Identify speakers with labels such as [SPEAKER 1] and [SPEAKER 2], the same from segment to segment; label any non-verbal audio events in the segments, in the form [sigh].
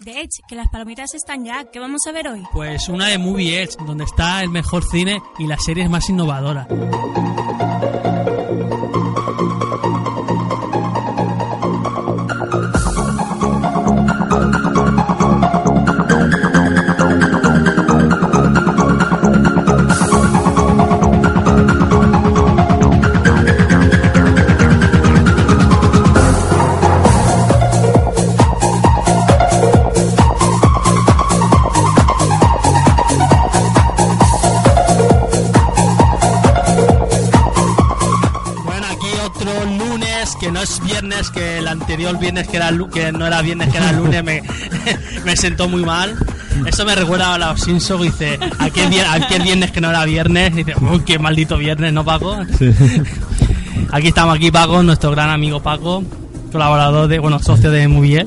[SPEAKER 1] de Edge, que las palomitas están ya. ¿Qué vamos a ver
[SPEAKER 2] [laughs]
[SPEAKER 1] hoy?
[SPEAKER 3] Pues una de Movie Edge, donde está el mejor cine y las series más innovadoras. Bueno, aquí otro lunes que no es viernes, que el anterior viernes que era lu- que no era viernes que [laughs] era lunes me, me sentó muy mal. Eso me recuerda a los Simpsons, dice, aquí el, vier- aquí el viernes que no era viernes, dice, uy, qué maldito viernes, ¿no, Paco? Aquí estamos, aquí Paco, nuestro gran amigo Paco, colaborador de, bueno, socio de Moviet.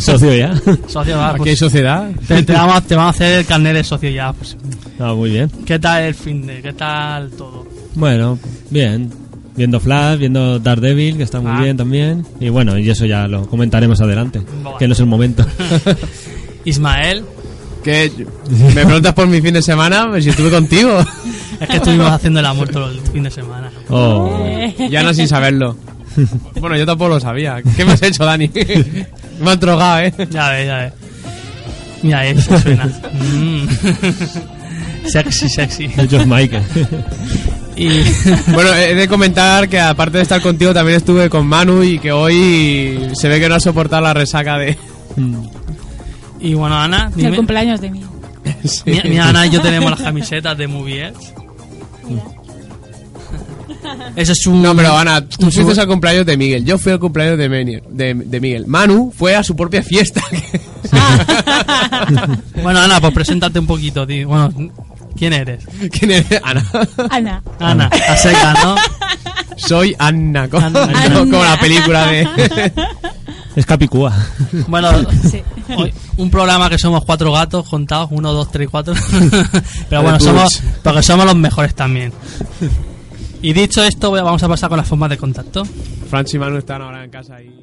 [SPEAKER 4] [laughs] Socio ya.
[SPEAKER 3] [laughs] socio, va,
[SPEAKER 4] Aquí hay
[SPEAKER 3] pues,
[SPEAKER 4] sociedad.
[SPEAKER 3] te, te vamos, te vamos a hacer el carnet de socio ya. pues.
[SPEAKER 4] [laughs] Ah, muy bien.
[SPEAKER 3] ¿Qué tal el fin de, qué tal todo?
[SPEAKER 4] Bueno, bien. Viendo Flash, viendo Daredevil, que está muy
[SPEAKER 3] Ah.
[SPEAKER 4] bien también. Y bueno, y eso ya lo comentaremos adelante,
[SPEAKER 3] Vale.
[SPEAKER 4] que no es el momento.
[SPEAKER 3] Ismael,
[SPEAKER 5] ¿Qué? ¿Me preguntas por mi fin de semana? Pues si estuve contigo.
[SPEAKER 3] es que estuvimos haciendo el amor todo el fin de semana.
[SPEAKER 4] Oh.
[SPEAKER 2] Eh.
[SPEAKER 5] Ya no sin saberlo. Bueno, yo tampoco lo sabía. ¿Qué me has hecho, Dani? [laughs] Me han drogado, ¿eh?
[SPEAKER 3] Ya ves, ya ves. Mira, eso suena. Mm. [laughs] sexy, sexy.
[SPEAKER 4] El George Michael.
[SPEAKER 3] Y
[SPEAKER 5] Bueno, he de comentar que aparte de estar contigo también estuve con Manu y que hoy se ve que no ha soportado la resaca de... [laughs]
[SPEAKER 3] Y bueno, Ana,
[SPEAKER 2] Y el
[SPEAKER 3] dime-
[SPEAKER 2] cumpleaños de mí.
[SPEAKER 5] Sí.
[SPEAKER 3] Mira, mira, Ana y yo tenemos las camisetas de Movie Edge. Eso es un.
[SPEAKER 5] No, pero Ana, tú
[SPEAKER 3] un
[SPEAKER 5] fuiste
[SPEAKER 3] sub-
[SPEAKER 5] al cumpleaños de Miguel, yo fui al cumpleaños de, Meni- de, de Miguel. Manu fue a su propia fiesta. [laughs]
[SPEAKER 2] Ah. [laughs]
[SPEAKER 3] Bueno, Ana, pues preséntate un poquito, tío. Bueno, ¿quién eres?
[SPEAKER 5] ¿Quién eres? Ana.
[SPEAKER 2] Ana.
[SPEAKER 3] Ana, a secas, ¿no?
[SPEAKER 5] Soy Anna, como,
[SPEAKER 3] Anna.
[SPEAKER 5] como la película [laughs] de...
[SPEAKER 4] Es Capicúa.
[SPEAKER 3] Bueno,
[SPEAKER 2] Sí.
[SPEAKER 3] hoy- un programa que somos cuatro gatos contados: uno, dos, tres, cuatro. [laughs] Pero bueno,
[SPEAKER 5] Los
[SPEAKER 3] somos, porque somos los mejores también. Y dicho esto, voy- vamos a pasar con las formas de contacto.
[SPEAKER 5] Francis y Manu están ahora en casa y...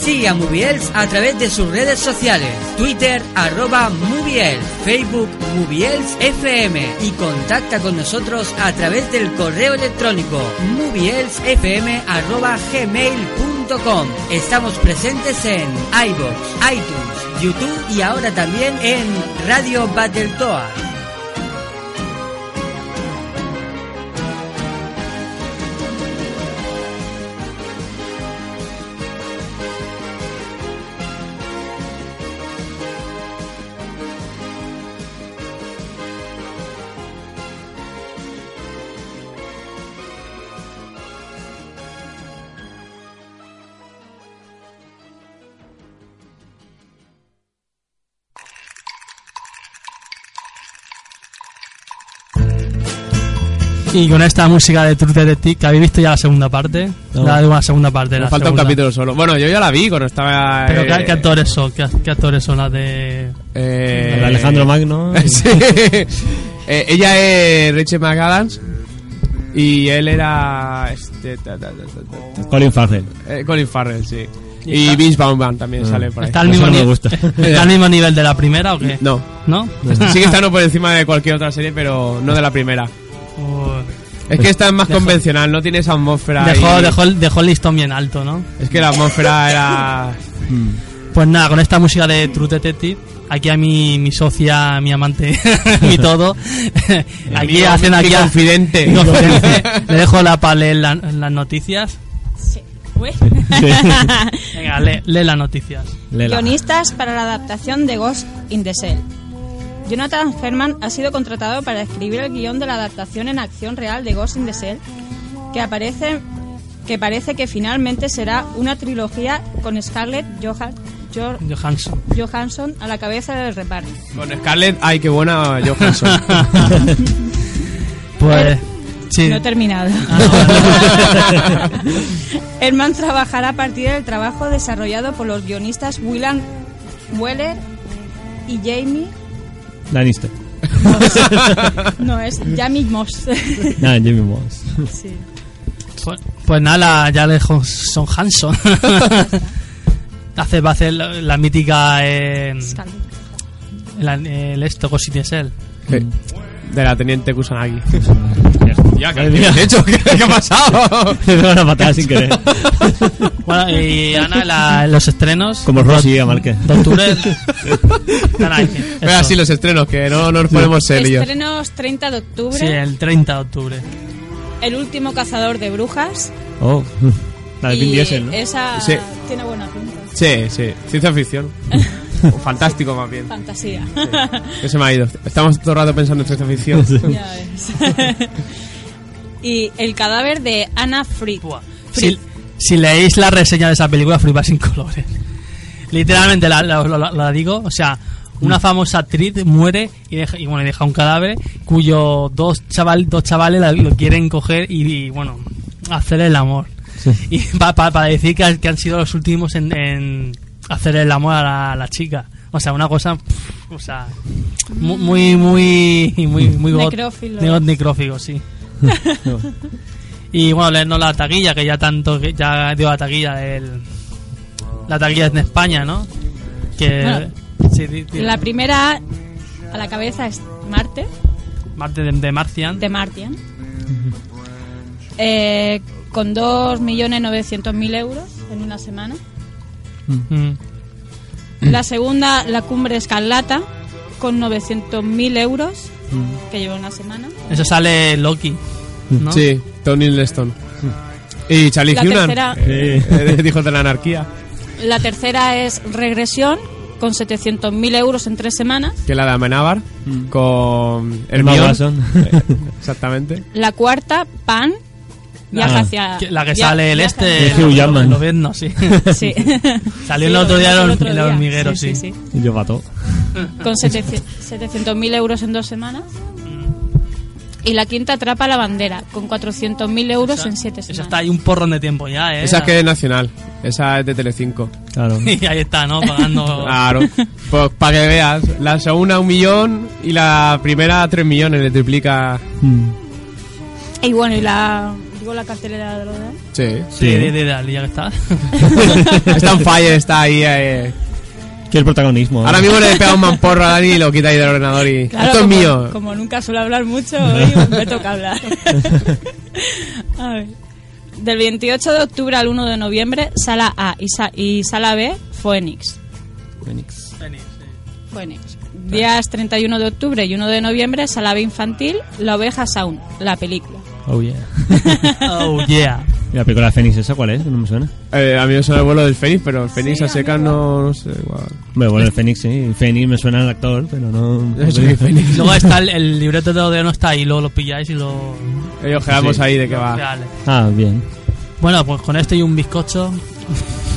[SPEAKER 6] Sigue a Moviels a través de sus redes sociales, Twitter arroba Moviels, Facebook Moviels FM y contacta con nosotros a través del correo electrónico movielsfm arroba gmail.com. Estamos presentes en iVoox, iTunes, YouTube y ahora también en Radio Battletoa.
[SPEAKER 3] Y con esta música de Truth Detective, que habéis visto ya la segunda parte.
[SPEAKER 4] No.
[SPEAKER 3] La, la segunda parte.
[SPEAKER 5] Me
[SPEAKER 3] la
[SPEAKER 5] falta un
[SPEAKER 3] segunda.
[SPEAKER 5] capítulo solo. Bueno, yo ya la vi cuando estaba...
[SPEAKER 3] Pero ¿qué,
[SPEAKER 5] eh,
[SPEAKER 3] qué actores son? ¿Qué, qué actores son las de...?
[SPEAKER 5] eh,
[SPEAKER 4] El Alejandro
[SPEAKER 5] [laughs]
[SPEAKER 4] Magno. Mm.
[SPEAKER 5] Sí. Eh, ella es Richie McAdams y él era este, ta, ta, ta, ta,
[SPEAKER 4] Colin Farrell.
[SPEAKER 5] ta. Eh, Colin Farrell, sí.
[SPEAKER 3] Y
[SPEAKER 5] Y
[SPEAKER 3] está-
[SPEAKER 5] Vince Vaughn también sale por ahí.
[SPEAKER 3] ¿Está al,
[SPEAKER 4] Eso
[SPEAKER 3] mismo
[SPEAKER 4] no me
[SPEAKER 3] nivel-
[SPEAKER 4] gusta.
[SPEAKER 3] [laughs] ¿Está al mismo nivel de la primera o qué?
[SPEAKER 5] No.
[SPEAKER 3] ¿No? [laughs]
[SPEAKER 5] Sí que está no por encima de cualquier otra serie, pero no de la primera.
[SPEAKER 3] O-
[SPEAKER 5] Es que esta es más
[SPEAKER 3] Dejó-
[SPEAKER 5] convencional, no tiene esa atmósfera.
[SPEAKER 3] Dejó,
[SPEAKER 5] ahí.
[SPEAKER 3] dejó, el- dejó el listón bien alto, ¿no?
[SPEAKER 5] Es que la
[SPEAKER 3] [laughs]
[SPEAKER 5] atmósfera era...
[SPEAKER 4] Mm.
[SPEAKER 3] Pues nada, con esta música de True Detective, aquí a mi, mi socia, mi amante, [laughs] mi todo, aquí
[SPEAKER 5] Amigo,
[SPEAKER 3] hacen aquí
[SPEAKER 5] mi
[SPEAKER 3] a- [laughs]
[SPEAKER 5] confidente.
[SPEAKER 3] mi confidente. le dejo la para leer la- las noticias.
[SPEAKER 2] Sí. Ué. [laughs]
[SPEAKER 3] Venga, lee, lee las noticias.
[SPEAKER 4] Lela.
[SPEAKER 2] Guionistas para la adaptación de Ghost in the Shell. Jonathan Ferman ha sido contratado para escribir el guión de la adaptación en acción real de Ghost in the Shell, que aparece que parece que finalmente será una trilogía con Scarlett Johan- Jo-
[SPEAKER 3] Johansson.
[SPEAKER 2] Johansson a la cabeza del reparto.
[SPEAKER 3] [laughs]
[SPEAKER 5] Con Scarlett, ay, qué buena Johansson.
[SPEAKER 3] Pues... Sí.
[SPEAKER 2] No he terminado.
[SPEAKER 3] Ah, no,
[SPEAKER 4] Ah,
[SPEAKER 3] vale.
[SPEAKER 2] [laughs] Herman trabajará a partir del trabajo desarrollado por los guionistas Willan Weller y Jamie.
[SPEAKER 4] Lannister.
[SPEAKER 2] No es Jamie Moss. [laughs]
[SPEAKER 4] Nada, Jimmy Moss.
[SPEAKER 2] Sí.
[SPEAKER 3] Pues, pues nada, ya le jo- son Hanson. Hace, va a hacer la, la mítica. eh, la- el esto, Ghost in the Shell.
[SPEAKER 5] Mm. De la teniente Kusanagi. [laughs]
[SPEAKER 4] Ya, [laughs]
[SPEAKER 5] De hecho, ¿qué, qué [laughs] ha pasado?
[SPEAKER 4] Me van a matar sin querer.
[SPEAKER 3] Bueno, y Ana, la- los estrenos.
[SPEAKER 4] Como Rosy a Marquez.
[SPEAKER 3] De octubre. Nada, eso.
[SPEAKER 5] Pero así los estrenos, que no no nos podemos serios.
[SPEAKER 2] Estrenos 30 de octubre.
[SPEAKER 3] Sí, el 30 de octubre.
[SPEAKER 2] El último cazador de brujas.
[SPEAKER 4] Oh, la de Vin
[SPEAKER 2] Y
[SPEAKER 4] Diesel, ¿no?
[SPEAKER 2] Esa
[SPEAKER 5] Sí.
[SPEAKER 2] tiene buena pinta.
[SPEAKER 5] Sí, sí.
[SPEAKER 2] [laughs]
[SPEAKER 5] Ciencia ficción. O Fantástico, más bien.
[SPEAKER 2] Fantasía.
[SPEAKER 5] Que se me ha ido. Estamos todo el rato pensando en ciencia
[SPEAKER 2] [laughs]
[SPEAKER 5] ficción.
[SPEAKER 2] Ya ves. y el cadáver de Anna Frick.
[SPEAKER 3] Buah. Si, si leéis la reseña de esa película, flipa sin colores. Literalmente la, la- la- la digo, o sea, una famosa actriz muere y deja, y bueno, y deja un cadáver cuyo dos chaval, dos chavales la- lo quieren coger y, y, bueno, hacer el amor. Y pa- pa- para decir que, han- que han sido los últimos en, en hacer el amor a la, a la chica. O sea, una cosa, pff, o sea, mu- muy, muy, muy, muy, got-
[SPEAKER 2] Necrófilos.
[SPEAKER 3] neo- necrófilos,
[SPEAKER 5] [laughs]
[SPEAKER 3] sí. Y bueno, leernos la taquilla, que ya tanto que ya dio la taquilla el, la taquilla en España, ¿no? Que
[SPEAKER 2] Bueno,
[SPEAKER 3] sí, di- di-
[SPEAKER 2] La primera a la cabeza es Marte,
[SPEAKER 3] Marte de, de Martian.
[SPEAKER 2] de Martian. Eh, con 2.900.000 euros en una semana.
[SPEAKER 3] Mm.
[SPEAKER 2] La segunda, La Cumbre Escarlata, con 900.000 euros, que lleva una semana.
[SPEAKER 3] Eso sale Loki, ¿no?
[SPEAKER 5] Sí, Tony Leston. Y Charlie
[SPEAKER 2] La
[SPEAKER 5] Hunan.
[SPEAKER 2] tercera-
[SPEAKER 5] eh, eh, Hijos de la anarquía.
[SPEAKER 2] La tercera es Regresión, con 700.000 euros en tres semanas.
[SPEAKER 5] Que la de Amenábar.
[SPEAKER 2] Mm.
[SPEAKER 5] Con
[SPEAKER 4] Emma
[SPEAKER 5] Hermione.
[SPEAKER 4] Watson.
[SPEAKER 5] Eh, Exactamente.
[SPEAKER 2] La cuarta, Pan, viaja
[SPEAKER 4] Ah,
[SPEAKER 2] hacia...
[SPEAKER 3] Que- La que
[SPEAKER 2] via-
[SPEAKER 3] sale el
[SPEAKER 2] viaja
[SPEAKER 3] [laughs] este.
[SPEAKER 4] Hugh Jackman.
[SPEAKER 3] Lo ves,
[SPEAKER 2] [laughs]
[SPEAKER 3] no, sí.
[SPEAKER 2] hacia- Sí.
[SPEAKER 3] Salió
[SPEAKER 2] Sí,
[SPEAKER 3] el otro
[SPEAKER 2] lo
[SPEAKER 3] día
[SPEAKER 2] vimos
[SPEAKER 3] el,
[SPEAKER 2] otro
[SPEAKER 3] el
[SPEAKER 2] día.
[SPEAKER 3] hormiguero, sí.
[SPEAKER 2] sí, sí.
[SPEAKER 4] Yo pato.
[SPEAKER 5] [laughs]
[SPEAKER 2] Con 700- 700.000 euros en dos semanas.
[SPEAKER 5] Mm.
[SPEAKER 2] Y la quinta atrapa la bandera, con 400.000 euros en siete
[SPEAKER 3] Eso
[SPEAKER 2] semanas.
[SPEAKER 3] está ahí un porrón de tiempo ya, ¿eh?
[SPEAKER 5] Esa es que es nacional. Esa es de Telecinco.
[SPEAKER 3] [laughs]
[SPEAKER 4] Claro.
[SPEAKER 3] Y ahí está, ¿no? Pagando.
[SPEAKER 5] [laughs] Claro. Pues para que veas. La segunda un millón y la primera tres millones. Le triplica.
[SPEAKER 4] Mm.
[SPEAKER 2] Y bueno, y la...
[SPEAKER 5] Mm.
[SPEAKER 2] Digo la cartelera de lo de...
[SPEAKER 5] Sí.
[SPEAKER 3] Sí, de, de, de- ya que está.
[SPEAKER 5] [laughs] Está en fire, está ahí. eh.
[SPEAKER 4] Que el protagonismo. ¿eh?
[SPEAKER 5] Ahora mismo le pega un manporro a Dani y lo quita ahí del ordenador y...
[SPEAKER 2] Claro,
[SPEAKER 5] Esto es
[SPEAKER 2] como,
[SPEAKER 5] mío.
[SPEAKER 2] Como nunca suelo hablar mucho, hoy me toca
[SPEAKER 5] [laughs]
[SPEAKER 2] hablar. A ver. Del 28 de octubre al 1 de noviembre, sala A y, sa- y sala B, Phoenix.
[SPEAKER 4] Phoenix.
[SPEAKER 2] Phoenix. Días 31 de octubre y 1 de noviembre, sala B infantil, La Oveja Sound, la película.
[SPEAKER 4] Oh, yeah. [laughs]
[SPEAKER 3] Oh, yeah.
[SPEAKER 4] ¿Y la película de Fénix esa cuál es? No me suena.
[SPEAKER 5] Eh, a mí me suena el vuelo del Fénix, pero el Fénix
[SPEAKER 2] Sí,
[SPEAKER 5] a secas no, no sé. guau.
[SPEAKER 4] Hombre, bueno, el Fénix, sí. Fénix me suena al actor, pero no.
[SPEAKER 5] [laughs] No sé qué
[SPEAKER 4] [laughs]
[SPEAKER 5] Fénix.
[SPEAKER 3] Luego está el, el libreto de Odeón, está ahí, luego lo pilláis y lo.
[SPEAKER 5] Eh, ojeamos
[SPEAKER 4] Sí.
[SPEAKER 5] ahí de qué va.
[SPEAKER 3] Vale.
[SPEAKER 4] Ah, bien.
[SPEAKER 3] Bueno, pues con esto y un bizcocho.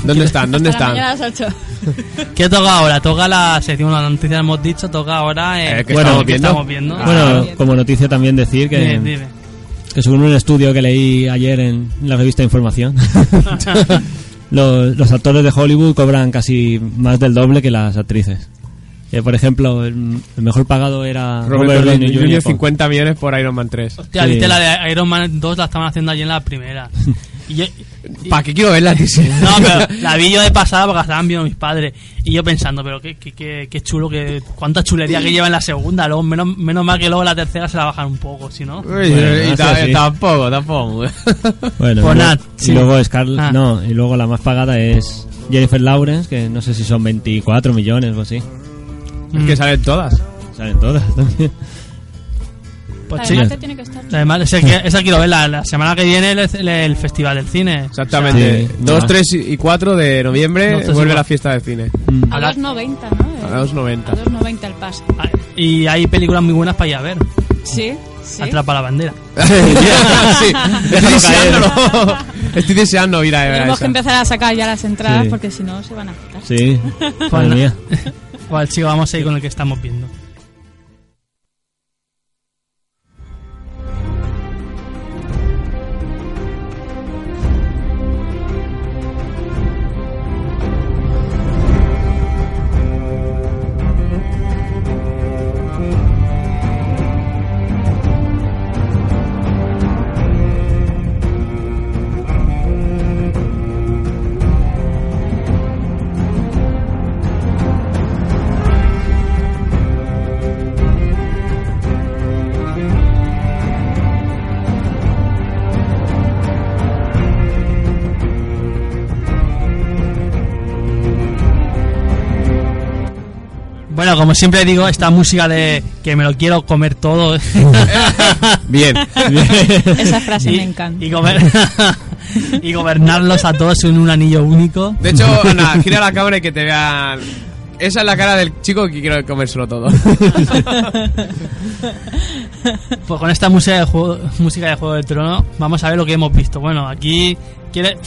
[SPEAKER 5] ¿Dónde están? ¿Dónde
[SPEAKER 2] Hasta la mañana a
[SPEAKER 5] están?
[SPEAKER 2] las
[SPEAKER 5] [laughs]
[SPEAKER 2] 8.
[SPEAKER 3] ¿Qué toca ahora? Toca la sección, la noticia hemos dicho, toca ahora. eh,
[SPEAKER 5] Eh, ¿qué
[SPEAKER 3] bueno,
[SPEAKER 5] estamos
[SPEAKER 3] ¿qué
[SPEAKER 5] viendo? Ah,
[SPEAKER 3] estamos viendo?
[SPEAKER 4] bueno,
[SPEAKER 2] bien.
[SPEAKER 4] como noticia también decir que,
[SPEAKER 3] Dime, dime.
[SPEAKER 4] que según un estudio que leí ayer en la revista
[SPEAKER 5] [laughs]
[SPEAKER 4] Información, los, los actores de Hollywood cobran casi más del doble que las actrices. Eh, por ejemplo, el, el mejor pagado era
[SPEAKER 5] Robert
[SPEAKER 4] Robert pues.
[SPEAKER 5] Downey Jr.
[SPEAKER 4] por-
[SPEAKER 5] 50 millones por Iron
[SPEAKER 4] [laughs]
[SPEAKER 5] Man 3.
[SPEAKER 3] Hostia,
[SPEAKER 4] Sí.
[SPEAKER 3] viste la de Iron Man 2 la estaban haciendo allí en la primera. Y yo- y-
[SPEAKER 5] ¿Para qué quiero verla, tío?
[SPEAKER 3] no, pero la vi yo de pasada porque la estaban viendo mis padres. Y yo pensando, pero qué, qué, qué, qué chulo, que, cuánta chulería que lleva en la segunda. Luego, menos, menos mal que luego la tercera se la bajan un poco, si no.
[SPEAKER 5] [laughs] Uy,
[SPEAKER 4] Bueno,
[SPEAKER 5] y
[SPEAKER 4] no
[SPEAKER 5] ta-
[SPEAKER 4] sé, sí.
[SPEAKER 5] Tampoco, tampoco. [laughs]
[SPEAKER 4] Bueno,
[SPEAKER 3] Por
[SPEAKER 4] y,
[SPEAKER 3] nada,
[SPEAKER 4] luego- y
[SPEAKER 3] sí.
[SPEAKER 4] luego Scarl-
[SPEAKER 3] Ah.
[SPEAKER 4] no, y luego la más pagada es Jennifer Lawrence, que no sé si son 24 millones o así.
[SPEAKER 5] Es
[SPEAKER 4] Mm.
[SPEAKER 5] que salen todas.
[SPEAKER 4] Salen todas [laughs] también.
[SPEAKER 3] Pues sí.
[SPEAKER 2] Además, te Este tiene que estar.
[SPEAKER 3] Además, esa, que- esa quiero verla. La semana que viene el, el- el Festival del Cine.
[SPEAKER 5] Exactamente.
[SPEAKER 4] Sí,
[SPEAKER 5] 2,
[SPEAKER 4] no.
[SPEAKER 5] 3 y 4 de noviembre
[SPEAKER 3] No, tres y
[SPEAKER 5] vuelve
[SPEAKER 3] cuatro.
[SPEAKER 5] la fiesta de cine.
[SPEAKER 4] Mm.
[SPEAKER 2] A
[SPEAKER 3] Habla-
[SPEAKER 2] 2.90, ¿no?
[SPEAKER 5] A 2.90.
[SPEAKER 2] A 2.90 el pase.
[SPEAKER 3] Ah, Y hay películas muy buenas para ir a ver.
[SPEAKER 2] Sí, sí.
[SPEAKER 3] Atrapa la bandera.
[SPEAKER 5] [laughs] sí, estoy
[SPEAKER 4] Déjalo caer.
[SPEAKER 5] deseándolo. [laughs] Estoy deseando ir a ver
[SPEAKER 2] Tenemos que
[SPEAKER 5] esa.
[SPEAKER 2] empezar a sacar ya las entradas
[SPEAKER 4] Sí.
[SPEAKER 2] porque si no se van a agotar.
[SPEAKER 4] Sí, madre
[SPEAKER 3] Bueno.
[SPEAKER 4] mía.
[SPEAKER 3] ¿Cuál chico vamos a ir con el que estamos viendo? Bueno, como siempre digo, esta música de que me lo quiero comer todo. [laughs]
[SPEAKER 5] Bien.
[SPEAKER 2] Esa frase
[SPEAKER 3] y,
[SPEAKER 2] me encanta.
[SPEAKER 3] y gober- [laughs] y gobernarlos a todos en un anillo único.
[SPEAKER 5] De hecho, Ana, gira la cámara y que te vean. Esa es la cara del chico que quiere comérselo todo.
[SPEAKER 3] Pues con esta música de juego, música de Juego de Trono, vamos a ver lo que hemos visto. Bueno, aquí quiere,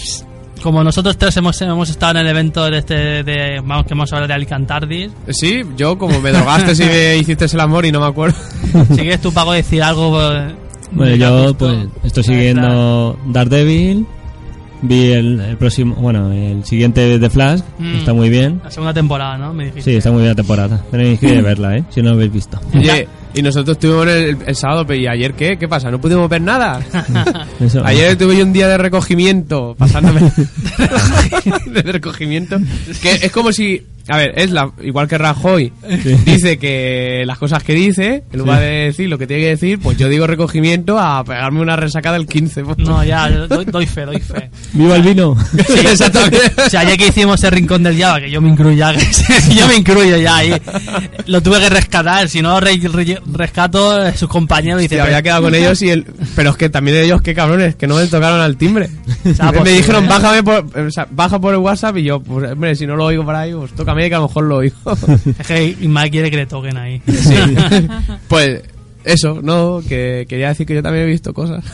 [SPEAKER 3] como nosotros tres hemos, hemos estado en el evento de este de vamos que hemos hablado de Alcantardis,
[SPEAKER 5] Sí, yo como me drogaste y me hiciste el amor y no me acuerdo.
[SPEAKER 4] [laughs]
[SPEAKER 3] si quieres tú pago decir algo. eh,
[SPEAKER 4] Bueno,
[SPEAKER 3] que has
[SPEAKER 4] yo
[SPEAKER 3] visto.
[SPEAKER 4] pues
[SPEAKER 3] Ahí
[SPEAKER 4] estoy
[SPEAKER 3] está.
[SPEAKER 4] siguiendo Daredevil. Vi el, el próximo, bueno, el siguiente de Flash.
[SPEAKER 3] Mm.
[SPEAKER 4] Está muy bien.
[SPEAKER 3] La segunda temporada, ¿no? Me dijiste.
[SPEAKER 4] Sí, está muy bien la temporada. Tenéis que verla, ¿eh? Si no la habéis visto.
[SPEAKER 5] Oye, y nosotros estuvimos el, el sábado, pero ¿y ayer qué? ¿Qué pasa? ¿No pudimos ver nada?
[SPEAKER 4] Eso.
[SPEAKER 5] Ayer tuve yo un día de recogimiento, pasándome de recogimiento. Que es como si, a ver, es la igual que Rajoy
[SPEAKER 4] Sí.
[SPEAKER 5] dice que las cosas que dice, en lugar
[SPEAKER 4] Sí.
[SPEAKER 5] de decir lo que tiene que decir, pues yo digo recogimiento a pegarme una resaca del 15. pues.
[SPEAKER 3] No, ya, doy, doy fe, doy
[SPEAKER 4] [laughs]
[SPEAKER 3] fe.
[SPEAKER 4] ¡Viva el vino!
[SPEAKER 5] [laughs] Sí, exactamente.
[SPEAKER 3] [laughs] O sea, ya que hicimos el rincón del Java, que yo me incluyo ya, [laughs] que yo me incluyo ya ahí, lo tuve que rescatar, si no re- re- rescato a sus compañeros y
[SPEAKER 5] Sí,
[SPEAKER 3] dice,
[SPEAKER 5] había
[SPEAKER 3] "Pero,
[SPEAKER 5] quedado con ellos y el, pero es que también ellos qué cabrones que no me tocaron al timbre
[SPEAKER 3] sea,
[SPEAKER 5] me
[SPEAKER 3] posible.
[SPEAKER 5] dijeron bájame por, o sea, baja por el WhatsApp y yo pues hombre si no lo oigo para ahí pues tócame que a lo mejor lo oigo
[SPEAKER 3] es que Ismael quiere que le toquen
[SPEAKER 4] [laughs]
[SPEAKER 3] ahí.
[SPEAKER 5] pues eso no que quería decir que yo también he visto cosas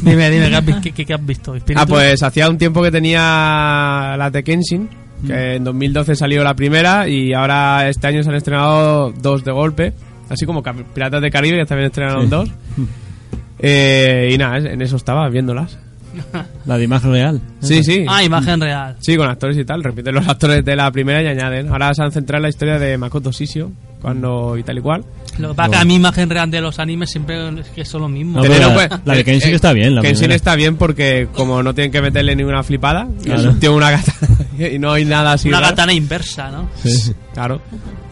[SPEAKER 3] dime, dime, ¿qué has, vi- qué- qué- qué has visto? ¿Espíritu?
[SPEAKER 5] ah pues hacía un tiempo que tenía la de Kenshin que en 2012 salió la primera y ahora este año se han estrenado dos de golpe así como Cap- Piratas de Caribe que también estrenaron dos Eh, y nada en eso estaba viéndolas
[SPEAKER 4] La de imagen real.
[SPEAKER 5] sí sí
[SPEAKER 3] Ah, imagen real.
[SPEAKER 5] Sí, con actores y tal. Repiten los actores de la primera y añaden. Ahora se han centrado en la historia de Makoto Shishio, cuando y tal y cual.
[SPEAKER 3] Lo que pasa es que a mí imagen real de los animes siempre es que son lo mismo.
[SPEAKER 4] No,
[SPEAKER 5] Tener
[SPEAKER 4] pero
[SPEAKER 5] en
[SPEAKER 4] la-
[SPEAKER 5] cuen-
[SPEAKER 4] la de Kenshin
[SPEAKER 5] eh,
[SPEAKER 4] está bien, la
[SPEAKER 5] Kenshin
[SPEAKER 4] primera.
[SPEAKER 5] está bien porque como no tienen que meterle ninguna flipada,
[SPEAKER 4] Claro.
[SPEAKER 5] [laughs] tiene una katana y no hay nada así.
[SPEAKER 3] Una
[SPEAKER 5] raro.
[SPEAKER 3] katana inversa, ¿no?
[SPEAKER 4] Sí.
[SPEAKER 5] Claro.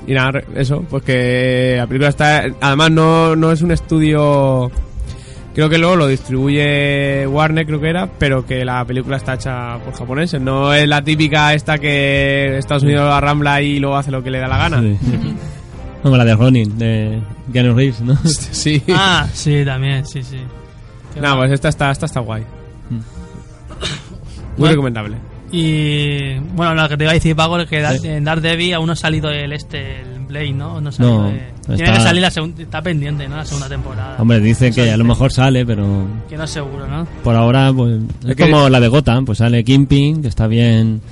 [SPEAKER 5] Y nada, re- eso, pues que la película está... Además no, no es un estudio... Creo que luego lo distribuye Warner, creo que era, pero que la película está hecha por japoneses. No es la típica esta que Estados Unidos la rambla y luego hace lo que le da la gana.
[SPEAKER 4] Sí. Como la de Ronin, de Keanu Reeves, ¿no?
[SPEAKER 5] [laughs] Sí.
[SPEAKER 4] [laughs]
[SPEAKER 3] Ah, sí, también, sí, sí. Qué
[SPEAKER 5] Nada,
[SPEAKER 3] guay.
[SPEAKER 5] pues esta está, esta está guay.
[SPEAKER 4] Mm.
[SPEAKER 5] Muy
[SPEAKER 3] Bueno.
[SPEAKER 5] recomendable.
[SPEAKER 3] Y bueno, lo que te iba a decir, Paco, es que Dar-
[SPEAKER 4] Sí.
[SPEAKER 3] en Daredevil aún no ha salido el este, el Blade, ¿no? No, ha salido,
[SPEAKER 4] No,
[SPEAKER 3] eh, Tiene
[SPEAKER 4] está-
[SPEAKER 3] que salir la segunda, está pendiente, ¿no? La segunda temporada.
[SPEAKER 4] Hombre, dicen que a lo mejor sale, pero
[SPEAKER 3] Que no es seguro, ¿no?
[SPEAKER 4] por ahora pues, es
[SPEAKER 5] que-
[SPEAKER 4] como la de Gotham, pues sale Kimping, que está bien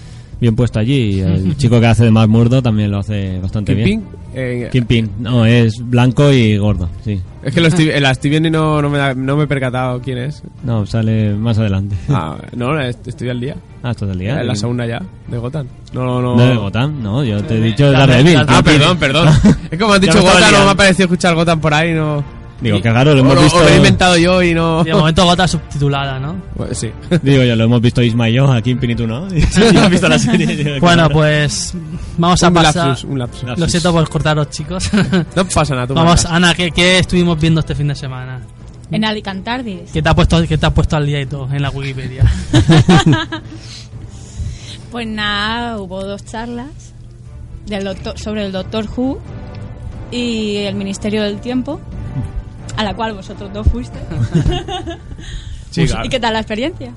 [SPEAKER 4] bien puesto allí, y
[SPEAKER 5] [laughs]
[SPEAKER 4] el chico que hace de Matt Murdo también lo hace bastante
[SPEAKER 5] Kingpin,
[SPEAKER 4] bien.
[SPEAKER 5] eh,
[SPEAKER 4] Kimping, no, es blanco y gordo, sí.
[SPEAKER 5] es que lo estoy, eh, la estoy viendo y no, no, me, da- no me he percatado quién
[SPEAKER 4] [laughs]
[SPEAKER 5] es.
[SPEAKER 4] No, sale más adelante.
[SPEAKER 5] Ah, no, est- estoy al día.
[SPEAKER 4] [laughs] Ah, esto es el día.
[SPEAKER 5] Eh, la segunda ya, de Gotham. No, no,
[SPEAKER 4] No, de Gotham, no, yo te he dicho
[SPEAKER 3] Eh, la-
[SPEAKER 4] Daredevil.
[SPEAKER 3] la-
[SPEAKER 5] Ah,
[SPEAKER 4] Kimping. [laughs]
[SPEAKER 5] perdón, perdón. es como has
[SPEAKER 3] Ya me
[SPEAKER 5] dicho
[SPEAKER 3] estaba
[SPEAKER 5] Gotham, no me
[SPEAKER 3] liando.
[SPEAKER 5] ha parecido escuchar Gotham por ahí, no.
[SPEAKER 4] Digo, que claro, lo
[SPEAKER 5] o
[SPEAKER 4] hemos
[SPEAKER 5] lo-
[SPEAKER 4] visto...
[SPEAKER 5] o lo he inventado yo y no.
[SPEAKER 4] Oh.
[SPEAKER 3] Y
[SPEAKER 5] [laughs]
[SPEAKER 3] de momento Gota subtitulada, ¿no?
[SPEAKER 5] Pues sí.
[SPEAKER 4] Digo yo, lo hemos visto Isma y yo, a Kimping y tú no. [laughs] Y no has visto la serie. Digo, que
[SPEAKER 3] Bueno,
[SPEAKER 4] claro.
[SPEAKER 3] pues vamos a
[SPEAKER 5] [laughs] un
[SPEAKER 3] pasar.
[SPEAKER 5] lapsus, un lapsus.
[SPEAKER 4] Lapsus.
[SPEAKER 3] Lo siento por cortaros,
[SPEAKER 4] [laughs]
[SPEAKER 3] chicos.
[SPEAKER 5] No pasa nada, tú
[SPEAKER 3] Vamos,
[SPEAKER 5] mandas.
[SPEAKER 3] Ana, ¿qué, qué estuvimos viendo este fin de semana?
[SPEAKER 2] En Alicantardis.
[SPEAKER 3] ¿Qué te has puesto, qué te has puesto al día y todo en la Wikipedia? [laughs]
[SPEAKER 2] Pues nada, hubo dos charlas del doctor, sobre el Doctor Who y el Ministerio del Tiempo, a la cual vosotros dos fuisteis.
[SPEAKER 5] Sí, claro.
[SPEAKER 2] ¿Y qué tal la experiencia?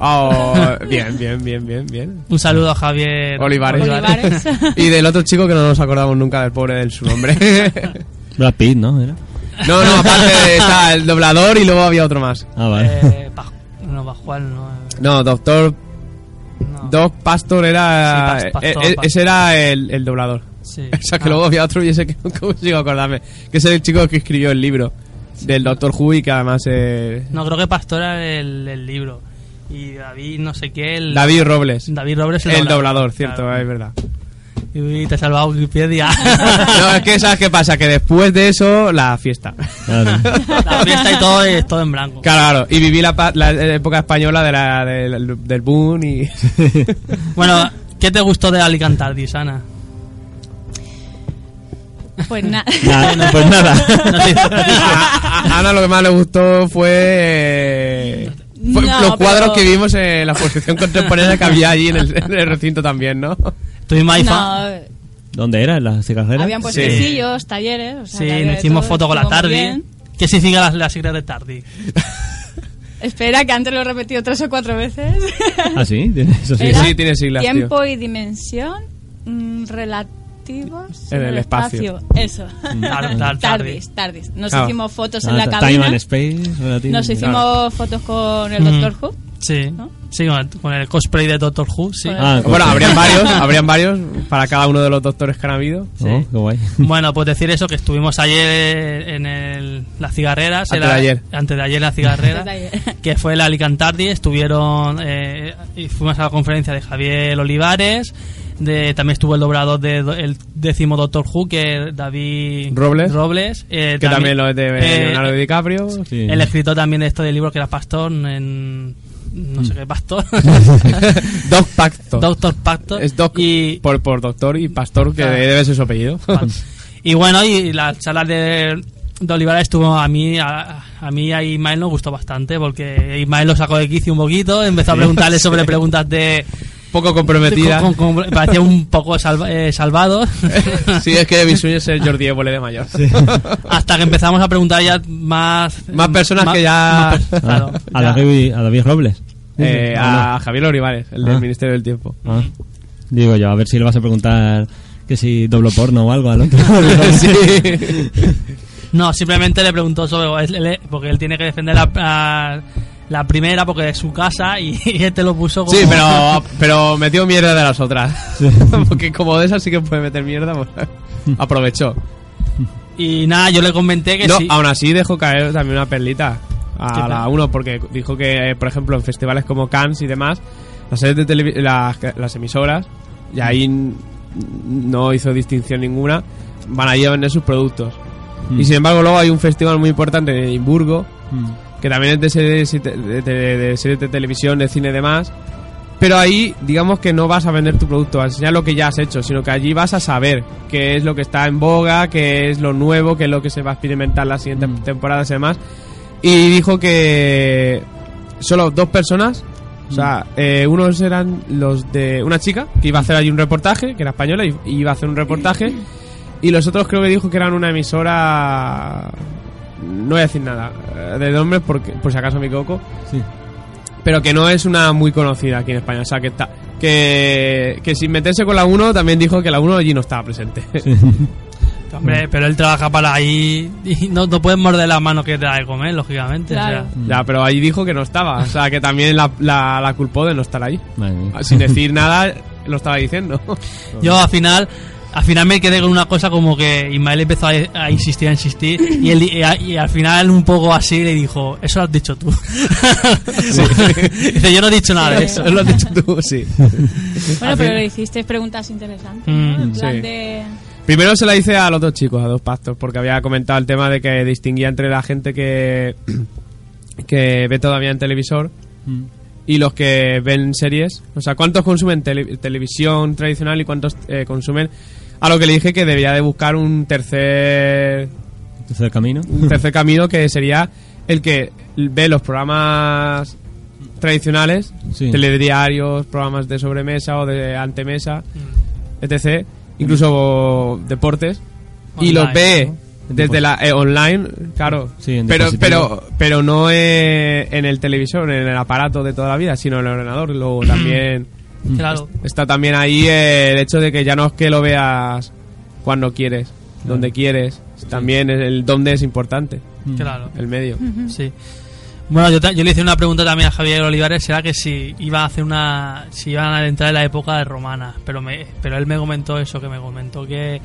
[SPEAKER 5] Oh,
[SPEAKER 2] [laughs]
[SPEAKER 5] bien, bien, bien, bien, bien.
[SPEAKER 3] Un saludo a Javier
[SPEAKER 5] Olivares.
[SPEAKER 2] Olivares.
[SPEAKER 5] Y del otro chico que no nos acordamos nunca del pobre del su nombre. [laughs]
[SPEAKER 4] Brad Pitt, ¿no? Era.
[SPEAKER 5] No, no, aparte está el doblador y luego había otro más.
[SPEAKER 4] Ah, vale.
[SPEAKER 3] Eh, Paj- no, Pascual, no. eh,
[SPEAKER 5] No, Doctor
[SPEAKER 3] no.
[SPEAKER 5] Doc Pastor era.
[SPEAKER 3] Sí, Pas- Pastor,
[SPEAKER 5] eh, eh,
[SPEAKER 3] Pastor.
[SPEAKER 5] ese era el, el doblador.
[SPEAKER 3] Sí.
[SPEAKER 5] [laughs] O sea, que
[SPEAKER 3] Ah.
[SPEAKER 5] luego había otro y ese que nunca consigo acordarme. Que es el chico que escribió el libro del Doctor Who y que además. eh,
[SPEAKER 3] No, creo que Pastora el, el libro. Y David, no sé qué, el.
[SPEAKER 5] David Robles.
[SPEAKER 3] David Robles,
[SPEAKER 5] El doblador, cierto, eh.
[SPEAKER 3] Claro.
[SPEAKER 5] es
[SPEAKER 3] [laughs]
[SPEAKER 5] verdad.
[SPEAKER 3] Y te ha salvado Wikipedia. [laughs]
[SPEAKER 5] No, es que sabes qué pasa, que después de eso, la fiesta.
[SPEAKER 4] Claro.
[SPEAKER 3] La fiesta y todo es todo en blanco.
[SPEAKER 5] Claro, claro. Y viví la, pa- la época española de la, del, del
[SPEAKER 3] [laughs]
[SPEAKER 5] boom y.
[SPEAKER 3] Bueno, ¿qué te gustó de Alicantardis, Ana?
[SPEAKER 2] Pues nada.
[SPEAKER 4] Nada,
[SPEAKER 3] [laughs]
[SPEAKER 4] pues nada.
[SPEAKER 3] No sé,
[SPEAKER 5] A, a- a [laughs] Ana lo que más le gustó fue, eh, fue
[SPEAKER 2] No,
[SPEAKER 5] los cuadros
[SPEAKER 2] pero-
[SPEAKER 5] que vimos en la exposición contemporánea que había allí en el, en el recinto también, ¿no?
[SPEAKER 3] ¿Tuvimos ahí fan?
[SPEAKER 2] No,
[SPEAKER 4] ¿Dónde era? ¿En la cigarrera?
[SPEAKER 2] Habían
[SPEAKER 5] pues-
[SPEAKER 2] puestecillos, talleres. o sea, que
[SPEAKER 3] Sí,
[SPEAKER 2] había
[SPEAKER 3] nos
[SPEAKER 2] pues de
[SPEAKER 3] hicimos
[SPEAKER 2] todo,
[SPEAKER 3] foto con la
[SPEAKER 2] estuvo muy
[SPEAKER 3] tarde.
[SPEAKER 2] bien.
[SPEAKER 3] ¿Qué significa la, la sigla de tarde?
[SPEAKER 2] Espera, que antes lo he repetido tres o cuatro veces.
[SPEAKER 4] Ah, sí, [laughs] tiene- eso sí.
[SPEAKER 2] Era
[SPEAKER 5] sí, tiene siglas, tío.
[SPEAKER 2] Tiempo y dimensión mm, relativos
[SPEAKER 5] En el Mm.
[SPEAKER 2] Eso. [laughs]
[SPEAKER 3] Tar- tar-
[SPEAKER 2] tardis, tardis. Nos
[SPEAKER 5] Claro.
[SPEAKER 2] hicimos fotos
[SPEAKER 4] Ah,
[SPEAKER 2] en la
[SPEAKER 4] ta- Time
[SPEAKER 2] cabina.
[SPEAKER 4] and Space. relativo.
[SPEAKER 2] Nos hicimos fotos con el
[SPEAKER 3] Mm.
[SPEAKER 2] Doctor Who.
[SPEAKER 3] Sí,
[SPEAKER 2] ¿No?
[SPEAKER 3] sí con, el, con el cosplay de Doctor Who, sí.
[SPEAKER 2] Con el-
[SPEAKER 4] Ah,
[SPEAKER 5] Bueno, habrían varios, habrían varios para cada uno de los doctores que han habido.
[SPEAKER 4] Oh, qué
[SPEAKER 5] [laughs]
[SPEAKER 4] guay.
[SPEAKER 3] Bueno, pues decir eso, que estuvimos ayer en el, las cigarreras.
[SPEAKER 5] Antes de ayer.
[SPEAKER 3] Antes de ayer en las cigarreras.
[SPEAKER 2] Antes de ayer.
[SPEAKER 3] [laughs] que fue la Alicantardi. Estuvieron. eh, y fuimos a la conferencia de Javier Olivares. De, también estuvo el doblador del décimo Doctor Who, que David
[SPEAKER 5] Robles.
[SPEAKER 3] Robles eh,
[SPEAKER 5] Que también lo es de
[SPEAKER 3] eh,
[SPEAKER 5] Leonardo DiCaprio. [laughs]
[SPEAKER 4] Sí.
[SPEAKER 3] El escritor también de esto del libro que era Pastor. En, no
[SPEAKER 5] Mm.
[SPEAKER 3] sé qué,
[SPEAKER 5] [laughs]
[SPEAKER 3] Pastor.
[SPEAKER 5] Doc Pacto.
[SPEAKER 3] Doctor Pastor.
[SPEAKER 5] Es Doc
[SPEAKER 3] Y,
[SPEAKER 5] por, por doctor y pastor, que
[SPEAKER 3] Claro.
[SPEAKER 5] debe ser su apellido.
[SPEAKER 3] [laughs] Y bueno, y la charla de, de Olivares estuvo a mí, a, a mí y a Ismael nos gustó bastante, porque Ismael lo sacó de quicio un poquito, empezó a preguntarle sobre preguntas de...
[SPEAKER 5] [laughs] Poco comprometida.
[SPEAKER 3] con- con- con- parecía un poco salva- eh, [laughs] salvado.
[SPEAKER 5] [laughs] sí, es que mi sueño es ser Jordi Évole de mayor.
[SPEAKER 3] Hasta que empezamos a preguntar ya más...
[SPEAKER 5] Más personas que ya-
[SPEAKER 3] más [laughs] per- claro,
[SPEAKER 4] Ah, a,
[SPEAKER 3] ya.
[SPEAKER 4] David, a David Robles.
[SPEAKER 5] Eh,
[SPEAKER 4] Ah, no.
[SPEAKER 5] a Javier Olivares, el del
[SPEAKER 4] Ah.
[SPEAKER 5] Ministerio del Tiempo.
[SPEAKER 4] Ah, digo yo, a ver si le vas a preguntar que si doblo porno o algo al otro.
[SPEAKER 5] [laughs] sí.
[SPEAKER 3] No, simplemente le preguntó sobre... él- él- porque él tiene que defender la... a- la primera porque es su casa y, [laughs] y este lo puso como...
[SPEAKER 5] Sí, pero, pero metió mierda de las otras. [laughs] Porque como de esas sí que puede meter mierda, [laughs] pues, aprovechó.
[SPEAKER 3] Y nada, yo le comenté que
[SPEAKER 5] No,
[SPEAKER 3] sí.
[SPEAKER 5] aún así dejó caer también una perlita a
[SPEAKER 3] ¿Qué
[SPEAKER 5] la
[SPEAKER 3] tal?
[SPEAKER 5] 1 porque dijo que, eh, por ejemplo, en festivales como Cannes y demás, las, series de televi- las, las emisoras, y ahí n- no hizo distinción ninguna, van allí a vender sus productos.
[SPEAKER 4] Mm.
[SPEAKER 5] Y sin embargo, luego hay un festival muy importante en Edimburgo,
[SPEAKER 4] Mm.
[SPEAKER 5] que también es de series, y te- de, de- de series de televisión, de cine y demás. Pero ahí, digamos que no vas a vender tu producto, a enseñar lo que ya has hecho, sino que allí vas a saber qué es lo que está en boga, qué es lo nuevo, qué es lo que se va a experimentar las siguientes
[SPEAKER 4] Mm.
[SPEAKER 5] temporadas y demás. Y dijo que solo dos personas, o sea, eh, unos eran los de una chica que iba a hacer allí un reportaje, que era española, y y iba a hacer un reportaje. Y los otros creo que dijo que eran una emisora. No voy a decir nada eh, de nombres porque, por si acaso me equivoco.
[SPEAKER 4] [laughs] Sí.
[SPEAKER 5] Pero que no es una muy conocida aquí en España. O sea, que está. Que, que sin meterse con la 1, también dijo que la 1 allí no estaba presente.
[SPEAKER 3] Hombre, pero él trabaja para ahí y no, no puedes morder la mano que te da de comer, lógicamente. o sea.
[SPEAKER 2] Claro.
[SPEAKER 5] [laughs] ya, pero allí dijo que no estaba. O sea, que también la, la, la culpó de no estar allí.
[SPEAKER 4] Madre mía.
[SPEAKER 5] Ah, Sin decir nada, lo estaba [laughs] diciendo.
[SPEAKER 3] yo al final al final me quedé con una cosa como que Ismael empezó a, a insistir, a insistir y, él, y, a- y al final un poco así le dijo, eso lo has dicho tú. [laughs] Dice, yo no he dicho nada de eso.
[SPEAKER 5] Lo has dicho tú, [laughs] sí.
[SPEAKER 2] Bueno,
[SPEAKER 5] Así-
[SPEAKER 2] pero le hicisteis preguntas interesantes.
[SPEAKER 3] Mm,
[SPEAKER 2] ¿no? En plan
[SPEAKER 5] sí. [laughs]
[SPEAKER 2] de...
[SPEAKER 5] Primero se la hice a los dos chicos, a dos pastos, porque había comentado el tema de que distinguía entre la gente que, [clears throat] que ve todavía en televisor
[SPEAKER 4] Mm.
[SPEAKER 5] y los que ven series. O sea, cuántos consumen tele- televisión tradicional y cuántos eh, consumen. A lo que le dije que debía de buscar un tercer
[SPEAKER 4] Tercer camino.
[SPEAKER 5] un tercer camino que sería el que ve los programas tradicionales,
[SPEAKER 4] Sí.
[SPEAKER 5] telediarios, programas de sobremesa o de antemesa, etc. Incluso deportes. y
[SPEAKER 3] Online,
[SPEAKER 5] los ve
[SPEAKER 4] ¿no?
[SPEAKER 5] desde la eh, online, claro.
[SPEAKER 4] Sí, en
[SPEAKER 5] pero,
[SPEAKER 4] dispositivo.
[SPEAKER 5] pero, pero no eh, en el televisor, en el aparato de toda la vida, sino en el ordenador. Luego también
[SPEAKER 3] Claro.
[SPEAKER 5] está también ahí eh, el hecho de que ya no es que lo veas cuando quieres, donde quieres. También el dónde es importante,
[SPEAKER 4] Mm.
[SPEAKER 3] Claro.
[SPEAKER 5] el medio.
[SPEAKER 3] Sí. Bueno, yo, ta- yo le hice una pregunta también a Javier Olivares, era que si iba a hacer una, si iban a entrar en la época de romana, pero me, pero él me comentó eso, que me comentó que,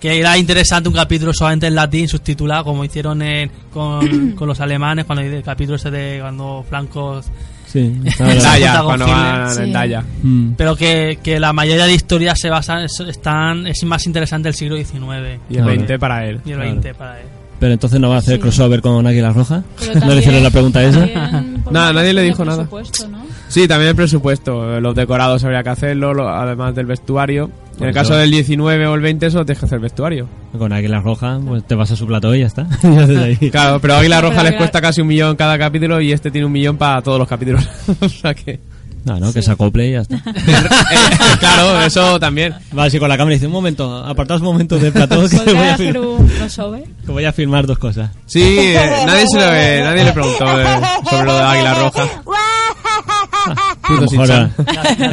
[SPEAKER 3] que era interesante un capítulo solamente en latín subtitulado, como hicieron en- con, con los alemanes cuando el capítulo ese de cuando Franco,
[SPEAKER 4] Sí. está
[SPEAKER 5] En [laughs]
[SPEAKER 4] la-
[SPEAKER 3] Exacto.
[SPEAKER 5] Daya,
[SPEAKER 3] Junta con
[SPEAKER 5] cuando
[SPEAKER 3] Hitler.
[SPEAKER 5] van en
[SPEAKER 2] Sí.
[SPEAKER 5] Daya.
[SPEAKER 4] Mm.
[SPEAKER 3] pero que, que la mayoría de historias se basan, es- están, es más interesante el siglo XIX
[SPEAKER 5] Y el
[SPEAKER 4] Claro.
[SPEAKER 5] 20 para él.
[SPEAKER 3] y el
[SPEAKER 4] Claro.
[SPEAKER 3] XX para él.
[SPEAKER 4] Pero entonces no va a hacer
[SPEAKER 2] Sí.
[SPEAKER 4] crossover con Águila Roja.
[SPEAKER 2] Pero
[SPEAKER 4] [laughs] no le
[SPEAKER 2] también-
[SPEAKER 4] hicieron la pregunta esa.
[SPEAKER 5] [laughs]
[SPEAKER 2] también por
[SPEAKER 5] Nada,
[SPEAKER 2] una
[SPEAKER 5] nadie le dijo
[SPEAKER 2] cuestión de
[SPEAKER 5] nada.
[SPEAKER 2] presupuesto,
[SPEAKER 5] [laughs]
[SPEAKER 2] ¿no?
[SPEAKER 5] Sí, también el presupuesto. eh, Los decorados habría que hacerlo, lo- además del vestuario. En el
[SPEAKER 4] Pues
[SPEAKER 5] caso
[SPEAKER 4] yo-
[SPEAKER 5] del 19 o el 20, solo tienes que hacer vestuario.
[SPEAKER 4] Con Águila Roja, pues te vas a su plató y
[SPEAKER 2] [laughs]
[SPEAKER 4] ya está. [laughs] Y haces ahí.
[SPEAKER 5] Claro, pero Águila
[SPEAKER 2] pero
[SPEAKER 5] Roja les
[SPEAKER 2] Águila-
[SPEAKER 5] cuesta casi un millón cada capítulo y este tiene un millón para todos los capítulos. [laughs] o sea que.
[SPEAKER 4] Ah, ¿no? Que se acople y ya [laughs] está.
[SPEAKER 5] Eh, claro, eso también.
[SPEAKER 4] Va así con la cámara y dice, un momento, apartaos un momento del [laughs] plató que voy,
[SPEAKER 2] Podría
[SPEAKER 4] a
[SPEAKER 2] hacer
[SPEAKER 4] fir-
[SPEAKER 2] un crossover.
[SPEAKER 4] que voy a firmar dos cosas.
[SPEAKER 5] Sí, eh, nadie, se lo, eh, nadie le preguntó eh, sobre lo de Águila Roja.
[SPEAKER 4] A lo
[SPEAKER 5] Puto
[SPEAKER 4] mejor era,
[SPEAKER 5] Shin-chan.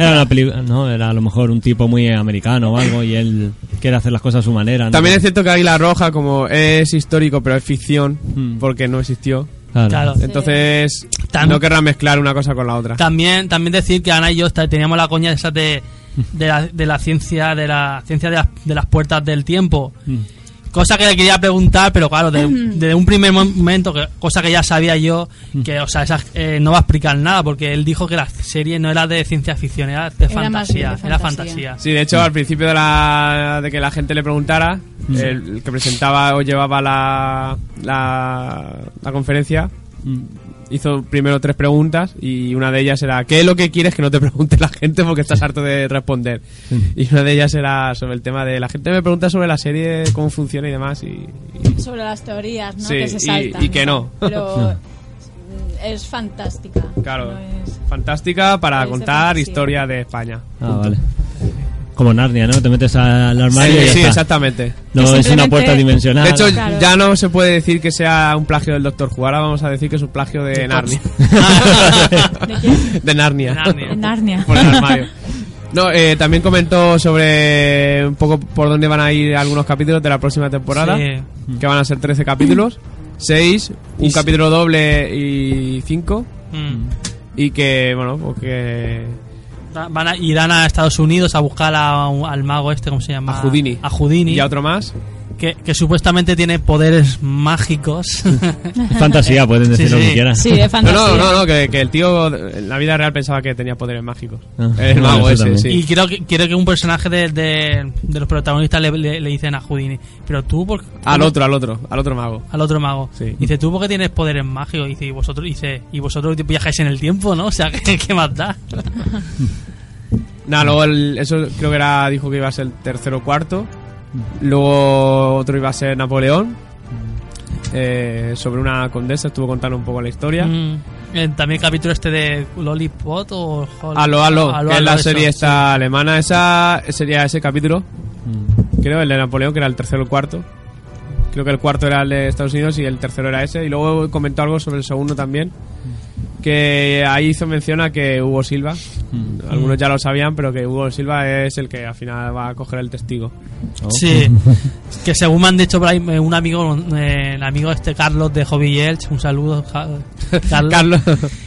[SPEAKER 4] [laughs] era una película, no, era a lo mejor un tipo muy americano o algo y él quiere hacer las cosas a su manera. ¿no?
[SPEAKER 5] También es cierto que Águila Roja como es histórico pero es ficción
[SPEAKER 4] Hmm.
[SPEAKER 5] porque no existió.
[SPEAKER 4] Claro.
[SPEAKER 3] Claro.
[SPEAKER 5] Entonces
[SPEAKER 3] Tan-
[SPEAKER 5] no querrán mezclar una cosa con la otra.
[SPEAKER 3] También, también decir que Ana y yo esta- teníamos la coña esa de, de, la, de la ciencia, de la ciencia de las, de las puertas del tiempo.
[SPEAKER 5] Mm.
[SPEAKER 3] Cosa que le quería preguntar, pero claro, de- desde un primer momento, que- cosa que ya sabía yo,
[SPEAKER 5] Mm.
[SPEAKER 3] que, o sea, esas, eh, no va a explicar nada, porque él dijo que la serie no era de ciencia ficción, era de
[SPEAKER 2] Era más bien
[SPEAKER 3] fantasía,
[SPEAKER 2] de
[SPEAKER 3] era
[SPEAKER 2] fantasía.
[SPEAKER 3] fantasía.
[SPEAKER 5] Sí, de hecho al principio de, la, de que la gente le preguntara, el que presentaba o llevaba la, la, la conferencia
[SPEAKER 4] Mm.
[SPEAKER 5] hizo primero tres preguntas y una de ellas era ¿qué es lo que quieres que no te pregunte la gente porque estás harto de responder? Y una de ellas era sobre el tema de la gente me pregunta sobre la serie, cómo funciona y demás y, y-
[SPEAKER 2] Sobre las teorías, ¿no?
[SPEAKER 5] Sí,
[SPEAKER 2] que se
[SPEAKER 5] y-
[SPEAKER 2] saltan.
[SPEAKER 5] y que [laughs] no.
[SPEAKER 2] Pero
[SPEAKER 4] No.
[SPEAKER 2] es fantástica.
[SPEAKER 5] claro,
[SPEAKER 2] no es-
[SPEAKER 5] fantástica para
[SPEAKER 2] es de
[SPEAKER 5] contar
[SPEAKER 2] fantasía.
[SPEAKER 5] historia de España.
[SPEAKER 4] Ah, vale. Como Narnia, ¿no? Te metes al
[SPEAKER 5] Sí,
[SPEAKER 4] armario y ya
[SPEAKER 5] sí,
[SPEAKER 4] está.
[SPEAKER 5] exactamente.
[SPEAKER 4] No
[SPEAKER 2] Que
[SPEAKER 4] es una
[SPEAKER 2] simplemente-
[SPEAKER 4] puerta dimensional.
[SPEAKER 5] De hecho,
[SPEAKER 2] Claro.
[SPEAKER 5] ya no se puede decir que sea un plagio del Doctor Who. Ahora vamos a decir que es un plagio de Narnia.
[SPEAKER 2] ¿De quién?
[SPEAKER 5] [laughs] De Narnia.
[SPEAKER 3] De Narnia.
[SPEAKER 2] De Narnia.
[SPEAKER 5] Por el armario. No, eh, también comentó sobre un poco por dónde van a ir algunos capítulos de la próxima temporada.
[SPEAKER 3] Sí.
[SPEAKER 5] Que van a ser 13 capítulos. 6, un capítulo doble y 5.
[SPEAKER 3] Mm.
[SPEAKER 5] Y que, bueno, pues porque...
[SPEAKER 3] Van a, irán a Estados Unidos a buscar a- al mago este, ¿cómo se llama?
[SPEAKER 5] A Houdini.
[SPEAKER 3] A Houdini,
[SPEAKER 5] Y a otro más.
[SPEAKER 3] que, que supuestamente tiene poderes
[SPEAKER 5] [laughs]
[SPEAKER 3] mágicos.
[SPEAKER 4] Es fantasía, pueden decir
[SPEAKER 3] Sí,
[SPEAKER 4] lo
[SPEAKER 3] sí.
[SPEAKER 4] que quieran.
[SPEAKER 2] Sí,
[SPEAKER 3] Ah,
[SPEAKER 2] es
[SPEAKER 5] No,
[SPEAKER 2] fantasía.
[SPEAKER 5] no, no, no, que, que el tío en la vida real pensaba que tenía poderes mágicos.
[SPEAKER 4] Ah, [laughs]
[SPEAKER 5] El
[SPEAKER 4] bueno,
[SPEAKER 5] mago
[SPEAKER 4] eso
[SPEAKER 5] ese,
[SPEAKER 4] también.
[SPEAKER 5] sí.
[SPEAKER 3] Y creo que, creo que un personaje de, de- de los protagonistas le, le- le dicen a Houdini, pero tú, por,
[SPEAKER 5] Al otro, al otro, al otro mago.
[SPEAKER 3] al otro mago,
[SPEAKER 5] Sí.
[SPEAKER 3] dice, tú porque tienes poderes mágicos, dice, y vosotros, dice, y vosotros viajáis en el tiempo, ¿no? [laughs] O sea, ¿qué, qué más da?
[SPEAKER 5] Nada, luego el- eso creo que era, dijo que iba a ser el tercero o cuarto. Luego otro iba a ser Napoleón. eh, sobre una condesa, estuvo contando un poco la historia.
[SPEAKER 3] Mm. Eh, También el capítulo este de Lollipop o...
[SPEAKER 5] Aló, aló, que es la
[SPEAKER 3] eso,
[SPEAKER 5] serie
[SPEAKER 3] sí.
[SPEAKER 5] esta alemana. Esa sería ese capítulo.
[SPEAKER 4] Mm.
[SPEAKER 5] Creo el de Napoleón, que era el tercero o cuarto. Creo que el cuarto era el de Estados Unidos y el tercero era ese. Y luego comentó algo sobre el segundo también. Que ahí hizo mención a que Hugo Silva, algunos ya lo sabían, pero que Hugo Silva es el que al final va a coger el testigo.
[SPEAKER 4] Oh.
[SPEAKER 3] [laughs] Sí, que según me han dicho por ahí, eh, un amigo, eh, el amigo este Carlos de Hobby Elch, un saludo,
[SPEAKER 5] [laughs]
[SPEAKER 3] Ja- [laughs] Carlos,
[SPEAKER 5] Carlos.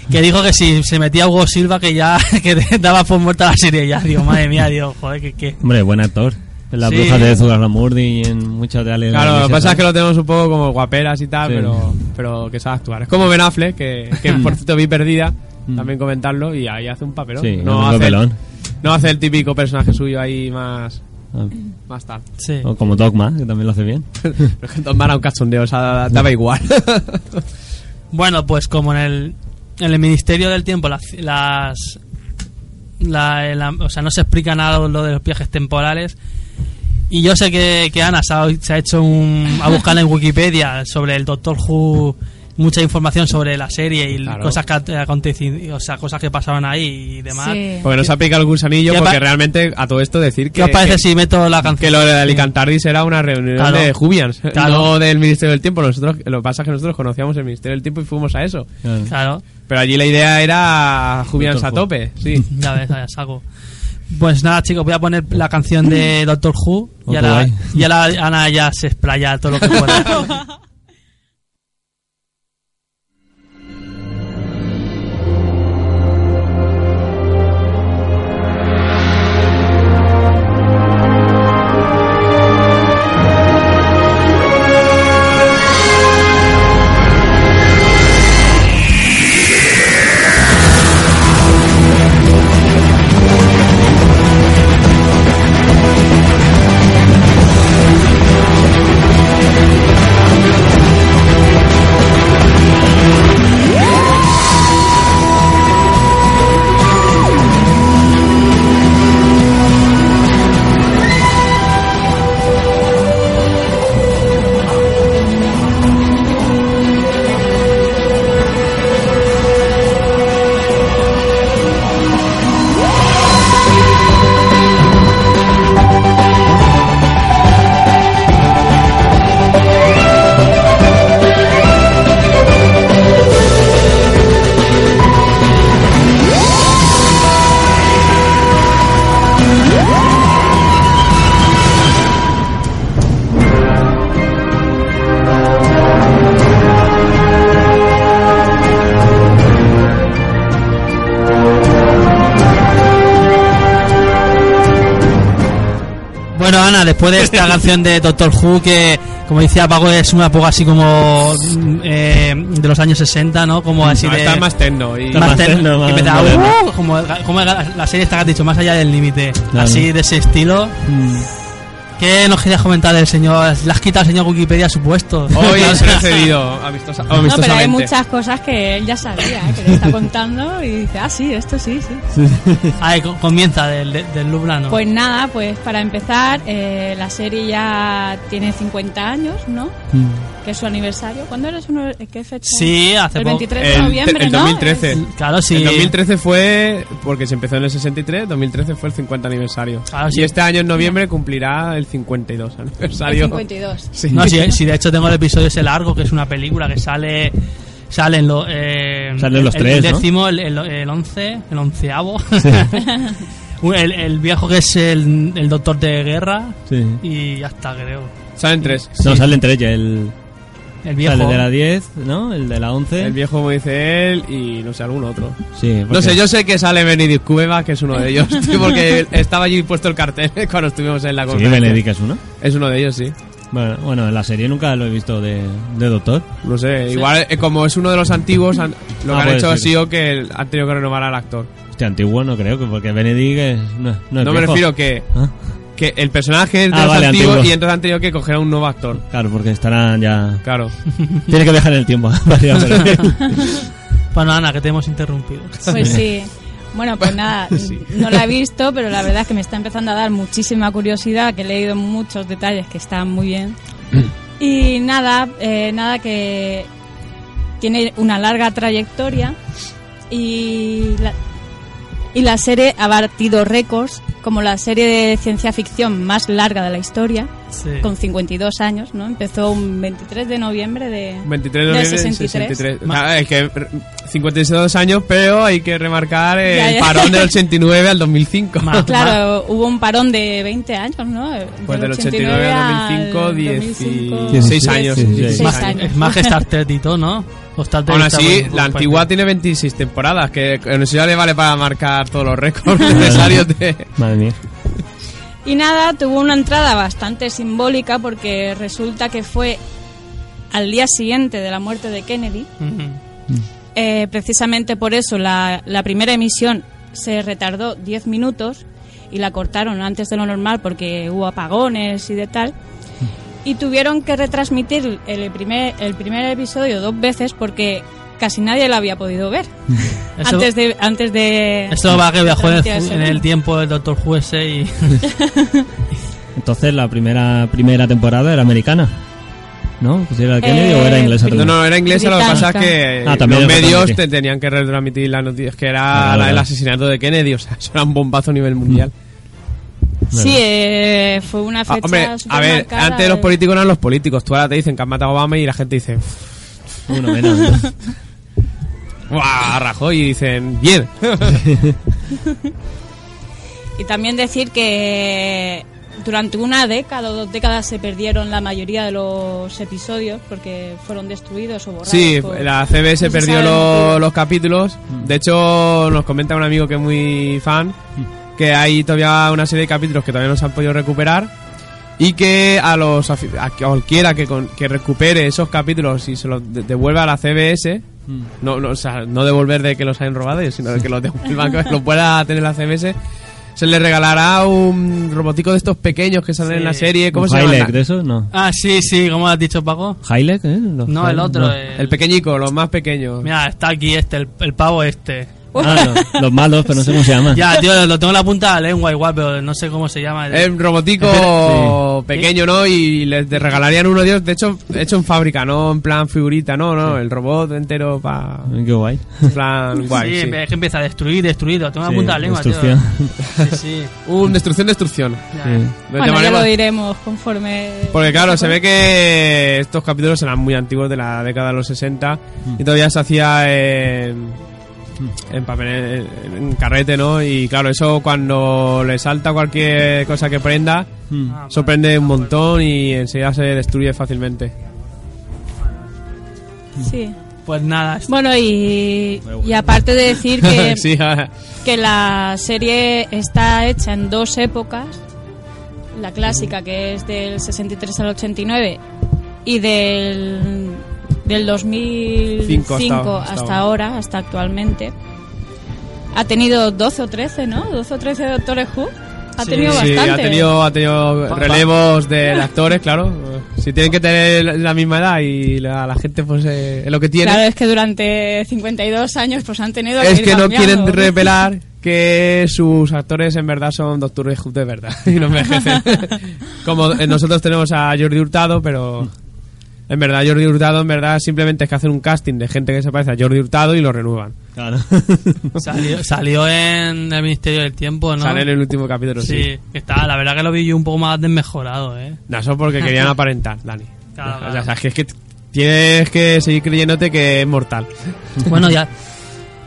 [SPEAKER 3] que dijo que si se metía Hugo Silva que ya [laughs] que daba por muerta la serie ya, digo, madre mía, digo, joder, que, que-
[SPEAKER 4] Hombre, buen actor. En las
[SPEAKER 3] Sí.
[SPEAKER 4] brujas de Zugarramurdi y en muchas de Ale.
[SPEAKER 5] [laughs] Claro, lo que pasa es que lo tenemos un poco como guaperas y tal,
[SPEAKER 4] Sí.
[SPEAKER 5] pero, pero que sabe actuar. Es como Ben Affleck, que,
[SPEAKER 3] [laughs]
[SPEAKER 5] que por cierto vi perdida,
[SPEAKER 3] Mm.
[SPEAKER 5] también comentarlo, y ahí hace un papelón.
[SPEAKER 4] Sí, un
[SPEAKER 5] hace,
[SPEAKER 4] papelón.
[SPEAKER 5] no hace el típico personaje suyo ahí más,
[SPEAKER 4] Ah,
[SPEAKER 5] más tal.
[SPEAKER 3] sí.
[SPEAKER 4] o como Dogma, que también lo hace bien.
[SPEAKER 5] Pero es que Tom Mara un cachondeo, o sea,
[SPEAKER 3] [laughs]
[SPEAKER 5] daba igual.
[SPEAKER 3] Bueno, pues como en el, en el Ministerio del Tiempo, las... las- la- la- o sea, no se explica nada lo de los viajes temporales. Y yo sé que, que Ana se ha, se ha hecho un, a buscar en Wikipedia sobre el Doctor Who mucha información sobre la serie y
[SPEAKER 5] Claro.
[SPEAKER 3] cosas que ha- acontecido, o sea, cosas que pasaron ahí y demás.
[SPEAKER 2] Sí.
[SPEAKER 5] porque nos ha picado el gusanillo,
[SPEAKER 3] ¿Qué
[SPEAKER 5] porque
[SPEAKER 3] pa-
[SPEAKER 5] realmente a todo esto decir
[SPEAKER 3] ¿Qué
[SPEAKER 5] que.
[SPEAKER 3] os parece
[SPEAKER 5] que-
[SPEAKER 3] si meto la canción?
[SPEAKER 5] que lo de Alicantaris era una reunión
[SPEAKER 3] Claro.
[SPEAKER 5] de Jubians, [laughs]
[SPEAKER 3] Claro.
[SPEAKER 5] no del Ministerio del Tiempo. Nosotros, lo que pasa es que nosotros conocíamos el Ministerio del Tiempo y fuimos a eso.
[SPEAKER 4] Claro.
[SPEAKER 3] Claro.
[SPEAKER 5] Pero allí la idea era Jubians a
[SPEAKER 4] Doctor Who.
[SPEAKER 5] tope, sí.
[SPEAKER 3] Ya ves, ya saco. Pues nada, chicos, voy a poner la canción de Doctor Who y
[SPEAKER 4] Oh,
[SPEAKER 3] ahora,
[SPEAKER 4] guay.
[SPEAKER 3] y ahora Ana ya se explaya todo lo que
[SPEAKER 4] [laughs]
[SPEAKER 3] pueda. después de esta canción de Doctor Who, que como decía Paco, es una poco así como mm, eh, de los años 60, ¿no? Como así
[SPEAKER 5] No,
[SPEAKER 3] de.
[SPEAKER 5] está más tecno y
[SPEAKER 3] más
[SPEAKER 4] Más
[SPEAKER 3] ten-
[SPEAKER 4] tecno,
[SPEAKER 3] que
[SPEAKER 4] más
[SPEAKER 3] empezaba,
[SPEAKER 4] moderno.
[SPEAKER 3] "Uh", como, como la, la serie está que has dicho, más allá del límite.
[SPEAKER 4] Claro.
[SPEAKER 3] Así de ese estilo.
[SPEAKER 4] Mm.
[SPEAKER 3] ¿Qué nos querías comentar del señor? ¿Le has quitado al señor Wikipedia su puesto? [laughs]
[SPEAKER 5] hoy has precedido amistosa,
[SPEAKER 2] No, pero hay
[SPEAKER 5] amistosamente.
[SPEAKER 2] muchas cosas que él ya sabía, ¿eh? que le está contando y dice, ah, sí, esto sí, sí.
[SPEAKER 3] A ver, co- comienza del, del- del Lublano.
[SPEAKER 2] Pues nada, pues para empezar, eh, la serie ya tiene 50 años, ¿no?
[SPEAKER 4] Mm.
[SPEAKER 2] Que es su aniversario. ¿Cuándo era su aniversario? ¿Qué fecha?
[SPEAKER 3] Sí, hace
[SPEAKER 2] El
[SPEAKER 3] poco.
[SPEAKER 2] 23 de
[SPEAKER 5] El-
[SPEAKER 2] noviembre,
[SPEAKER 5] el
[SPEAKER 2] ¿no?
[SPEAKER 5] 2013.
[SPEAKER 2] Es-
[SPEAKER 3] Claro, sí.
[SPEAKER 5] El 2013 fue, porque se empezó en el 63, 2013 fue el 50 aniversario.
[SPEAKER 3] Claro, sí.
[SPEAKER 5] Y este año en noviembre cumplirá el 52
[SPEAKER 2] El
[SPEAKER 5] aniversario.
[SPEAKER 2] 52.
[SPEAKER 5] Sí.
[SPEAKER 3] No, sí, sí, de hecho tengo el episodio ese largo, que es una película que sale... Salen, lo- eh,
[SPEAKER 4] Salen los
[SPEAKER 3] el-
[SPEAKER 4] tres,
[SPEAKER 3] El
[SPEAKER 4] ¿no?
[SPEAKER 3] décimo, el, el, el once, el onceavo. [laughs] el, el viejo que es el, el doctor de guerra.
[SPEAKER 4] Sí.
[SPEAKER 3] Y ya está, creo.
[SPEAKER 5] Salen tres.
[SPEAKER 4] No,
[SPEAKER 3] Sí.
[SPEAKER 4] sale entre ellas. El,
[SPEAKER 3] El viejo.
[SPEAKER 4] sale el de la 10, ¿no? El de la 11.
[SPEAKER 5] El viejo, como dice él, y no sé, algún otro.
[SPEAKER 4] Sí,
[SPEAKER 5] No
[SPEAKER 4] porque-
[SPEAKER 5] sé, yo sé que sale Benedict Cueva, que es uno de ellos, [laughs] tío, porque estaba allí puesto el cartel [laughs] cuando estuvimos en la
[SPEAKER 4] Sí,
[SPEAKER 5] conferencia.
[SPEAKER 4] Benedict es uno.
[SPEAKER 5] Es uno de ellos, sí.
[SPEAKER 4] Bueno, bueno, en la serie nunca lo he visto de, de Doctor.
[SPEAKER 5] No sé, igual eh, como es uno de los antiguos, han- lo
[SPEAKER 4] Ah,
[SPEAKER 5] que han
[SPEAKER 4] puede
[SPEAKER 5] hecho ha
[SPEAKER 4] ser.
[SPEAKER 5] sido que el- han tenido que renovar al actor.
[SPEAKER 4] Este antiguo no creo, que porque Benedict es- no, no es
[SPEAKER 5] No me
[SPEAKER 4] viejo.
[SPEAKER 5] refiero que,
[SPEAKER 4] Ah,
[SPEAKER 5] que el personaje es de
[SPEAKER 4] Ah,
[SPEAKER 5] los
[SPEAKER 4] vale,
[SPEAKER 5] antiguos
[SPEAKER 4] antiguo.
[SPEAKER 5] y entonces han tenido que coger a un nuevo actor.
[SPEAKER 4] Claro, porque estarán
[SPEAKER 5] [laughs]
[SPEAKER 4] ya... [laughs]
[SPEAKER 5] Claro.
[SPEAKER 4] Tiene que viajar en el tiempo. [laughs] Vale,
[SPEAKER 5] [laughs]
[SPEAKER 4] vale.
[SPEAKER 3] Bueno, Ana, que te hemos interrumpido.
[SPEAKER 2] Pues sí. [laughs] Bueno, pues [laughs] nada, no la he visto, pero la verdad es que me está empezando a dar muchísima curiosidad, que he leído muchos detalles que están muy bien. [clears throat] Y nada, eh, nada que tiene una larga trayectoria y la, y la serie ha batido récords como la serie de ciencia ficción más larga de la historia,
[SPEAKER 3] Sí.
[SPEAKER 2] con 52 años, ¿no? Empezó un 23 de noviembre de...
[SPEAKER 5] 23 de
[SPEAKER 2] Del
[SPEAKER 5] noviembre del
[SPEAKER 2] 63.
[SPEAKER 5] 63. Ah, es que r- 52 años, pero hay que remarcar el
[SPEAKER 2] Ya, ya.
[SPEAKER 5] parón
[SPEAKER 2] [laughs]
[SPEAKER 5] del 89 al 2005.
[SPEAKER 3] Ma-
[SPEAKER 2] Claro, hubo un parón de 20 años, ¿no?
[SPEAKER 5] Pues del 89 al 2005,
[SPEAKER 4] 16
[SPEAKER 5] 16 años.
[SPEAKER 4] sí, sí, sí.
[SPEAKER 5] 16
[SPEAKER 3] Más,
[SPEAKER 5] años.
[SPEAKER 2] años.
[SPEAKER 3] es más que Star Trek y todo, ¿no? O Star Trek
[SPEAKER 5] [laughs] Aún
[SPEAKER 3] está
[SPEAKER 5] así,
[SPEAKER 3] por- por
[SPEAKER 4] pues,
[SPEAKER 5] la
[SPEAKER 3] parte.
[SPEAKER 5] antigua tiene 26 temporadas, que con eso ya le vale para marcar
[SPEAKER 4] [laughs]
[SPEAKER 5] todos los récords necesarios de...
[SPEAKER 4] Madre mía.
[SPEAKER 2] Y nada, tuvo una entrada bastante simbólica porque resulta que fue al día siguiente de la muerte de Kennedy.
[SPEAKER 3] Ujú.
[SPEAKER 2] Eh, precisamente por eso la, la primera emisión se retardó 10 minutos y la cortaron antes de lo normal porque hubo apagones y de tal. Y tuvieron que retransmitir el primer, el primer episodio dos veces porque casi nadie la había podido ver.
[SPEAKER 3] [laughs] Eso-
[SPEAKER 2] antes de... Antes de
[SPEAKER 3] Esto va que viajó en el,
[SPEAKER 2] Transmitir
[SPEAKER 3] fu- en
[SPEAKER 2] eso.
[SPEAKER 3] el tiempo el Doctor Who ese y...
[SPEAKER 2] [laughs]
[SPEAKER 4] Entonces la primera primera temporada era americana, ¿no? Pues era Kennedy
[SPEAKER 2] Eh,
[SPEAKER 4] o era inglesa.
[SPEAKER 2] pero-
[SPEAKER 5] No, no, era inglesa, lo que pasa es que
[SPEAKER 4] Ah, también
[SPEAKER 5] los
[SPEAKER 4] era
[SPEAKER 5] medios
[SPEAKER 4] retransmitir.
[SPEAKER 5] te tenían que retransmitir las noticias, que era
[SPEAKER 4] Ah,
[SPEAKER 5] la del
[SPEAKER 4] vale.
[SPEAKER 5] asesinato de Kennedy, o sea, [laughs] eso era un bombazo a nivel mundial.
[SPEAKER 2] Sí, eh, fue una Mm.
[SPEAKER 5] Ah,
[SPEAKER 2] fecha...
[SPEAKER 5] hombre, a ver,
[SPEAKER 2] supermarcada
[SPEAKER 5] antes los
[SPEAKER 2] de-
[SPEAKER 5] políticos eran los políticos, tú ahora te dicen que han matado a Obama y la gente dice,
[SPEAKER 4] Uno menos. ¿no?
[SPEAKER 5] ¡guau! Rajoy, y dicen, bien. [laughs]
[SPEAKER 2] Y también decir que durante una década o dos décadas se perdieron la mayoría de los episodios porque fueron destruidos o borrados.
[SPEAKER 5] Sí,
[SPEAKER 2] por-
[SPEAKER 5] la CBS
[SPEAKER 2] no se
[SPEAKER 5] perdió
[SPEAKER 2] sabe
[SPEAKER 5] lo-
[SPEAKER 2] el motivo.
[SPEAKER 5] los capítulos. De hecho, nos comenta un amigo que es muy fan que hay todavía una serie de capítulos que todavía no se han podido recuperar y que a los afi- a cualquiera que, con- que recupere esos capítulos y se los de- devuelva a la CBS,
[SPEAKER 4] Mm.
[SPEAKER 5] no, no, o sea, no devolver de que los hayan robado, ellos, sino de que los [laughs] devuelvan, que los pueda tener la CBS, se le regalará un robotico de estos pequeños que salen
[SPEAKER 3] Sí.
[SPEAKER 5] en la serie. [laughs] ¿Cómo
[SPEAKER 4] ¿Un
[SPEAKER 5] se
[SPEAKER 4] Hylek
[SPEAKER 5] llama?
[SPEAKER 4] de eso? No.
[SPEAKER 3] Ah, sí, sí, ¿cómo has dicho, Paco?
[SPEAKER 4] ¿Hylek? eh? Los
[SPEAKER 3] No, el
[SPEAKER 4] Hylek,
[SPEAKER 3] otro.
[SPEAKER 4] no.
[SPEAKER 3] El,
[SPEAKER 5] El pequeñico, los más pequeños.
[SPEAKER 3] Mira, está aquí este, el, el pavo este.
[SPEAKER 4] Ah, los, los malos, pero no sé cómo se
[SPEAKER 5] Ah.
[SPEAKER 4] llaman.
[SPEAKER 3] Ya, tío, lo tengo en la punta de la lengua igual, pero no sé cómo se llama.
[SPEAKER 5] Es un robotico
[SPEAKER 3] Espera, sí.
[SPEAKER 5] pequeño, ¿no? Y les de- regalarían uno de ellos, de hecho, hecho en fábrica, no en plan figurita, no, no, el robot entero para...
[SPEAKER 4] Qué guay.
[SPEAKER 5] En plan guay,
[SPEAKER 3] sí,
[SPEAKER 5] sí.
[SPEAKER 3] es que empieza a destruir, destruir, lo tengo en
[SPEAKER 4] Sí,
[SPEAKER 3] la punta de la lengua,
[SPEAKER 4] destrucción.
[SPEAKER 3] tío. Sí,
[SPEAKER 5] [laughs]
[SPEAKER 3] sí.
[SPEAKER 5] Un destrucción, destrucción.
[SPEAKER 3] Ya.
[SPEAKER 4] Sí.
[SPEAKER 5] Lo
[SPEAKER 2] Bueno, ya
[SPEAKER 5] llamaremos-
[SPEAKER 2] lo diremos conforme.
[SPEAKER 5] Porque claro, se ve que estos capítulos eran muy antiguos de la década de los 60 y todavía se hacía en, en papel, en, en carrete, ¿no? Y claro, eso cuando le salta cualquier cosa que prenda,
[SPEAKER 4] Mm.
[SPEAKER 3] Ah,
[SPEAKER 5] sorprende un montón y enseguida se destruye fácilmente.
[SPEAKER 2] Sí.
[SPEAKER 3] Pues nada,
[SPEAKER 2] Bueno, y, y aparte de decir
[SPEAKER 5] [laughs]
[SPEAKER 2] que,
[SPEAKER 5] sí, ahora-
[SPEAKER 2] que la serie está hecha en dos épocas. la clásica, que es del 63 al 89, y del, del 2005
[SPEAKER 5] Cinco hasta-
[SPEAKER 2] hasta,
[SPEAKER 5] hasta
[SPEAKER 2] ahora, hasta actualmente, ha tenido 12 o 13, ¿no? 12 o 13 Doctores Who. Ha
[SPEAKER 3] Sí,
[SPEAKER 2] tenido
[SPEAKER 5] Sí,
[SPEAKER 2] bastante.
[SPEAKER 5] ha tenido, ha tenido relevos de actores, claro. Si tienen que tener la misma edad y la, la gente, pues, eh, es lo que tiene.
[SPEAKER 2] Claro, es que durante 52 años pues han tenido
[SPEAKER 5] es
[SPEAKER 2] ir
[SPEAKER 5] que no
[SPEAKER 2] cambiando.
[SPEAKER 5] quieren revelar que sus actores en verdad son Doctor Who de verdad [laughs] y
[SPEAKER 2] [laughs]
[SPEAKER 5] no envejecen. Como eh, nosotros tenemos a Jordi Hurtado, pero en verdad Jordi Hurtado en verdad simplemente es que hacen un casting de gente que se parece a Jordi Hurtado y lo renuevan.
[SPEAKER 4] Claro. [laughs]
[SPEAKER 3] Salió, salió en el Ministerio del Tiempo, ¿no?
[SPEAKER 5] Sale en el último capítulo, sí.
[SPEAKER 3] Sí, que está, la verdad que lo vi yo un poco más desmejorado, ¿eh?
[SPEAKER 5] No, eso porque querían aparentar, Dani.
[SPEAKER 3] Claro,
[SPEAKER 5] O sea,
[SPEAKER 3] claro.
[SPEAKER 5] es que t- tienes que seguir creyéndote que es mortal.
[SPEAKER 3] Bueno, ya.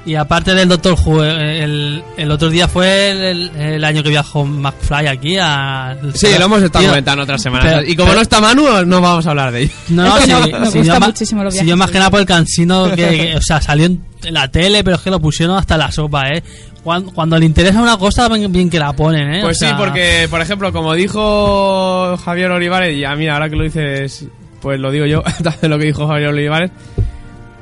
[SPEAKER 3] Y aparte del Doctor Who, eh, el, el otro día fue el, el- el año que viajó McFly aquí a.
[SPEAKER 5] Sí, lo hemos estado
[SPEAKER 3] Tío,
[SPEAKER 5] comentando otras semanas.
[SPEAKER 3] pero-
[SPEAKER 5] y como
[SPEAKER 3] pero-
[SPEAKER 5] no está Manu, no vamos a hablar de ello.
[SPEAKER 3] No,
[SPEAKER 2] Es que
[SPEAKER 3] si,
[SPEAKER 2] me- me
[SPEAKER 3] si
[SPEAKER 2] gusta
[SPEAKER 3] yo ma-
[SPEAKER 2] muchísimo los
[SPEAKER 3] si
[SPEAKER 2] viajes
[SPEAKER 3] yo más que nada por el cansino
[SPEAKER 2] [laughs]
[SPEAKER 3] que, que, o sea, salió en la tele, pero es que lo pusieron hasta la sopa, ¿eh? Cuan- Cuando, le interesa una cosa, bien, bien que la ponen, ¿eh?
[SPEAKER 5] Pues
[SPEAKER 3] O
[SPEAKER 5] sí,
[SPEAKER 3] sea,
[SPEAKER 5] porque, por ejemplo, como dijo Javier Olivares, y a mí ahora que lo dices, pues lo digo yo, [laughs] de lo que dijo Javier Olivares,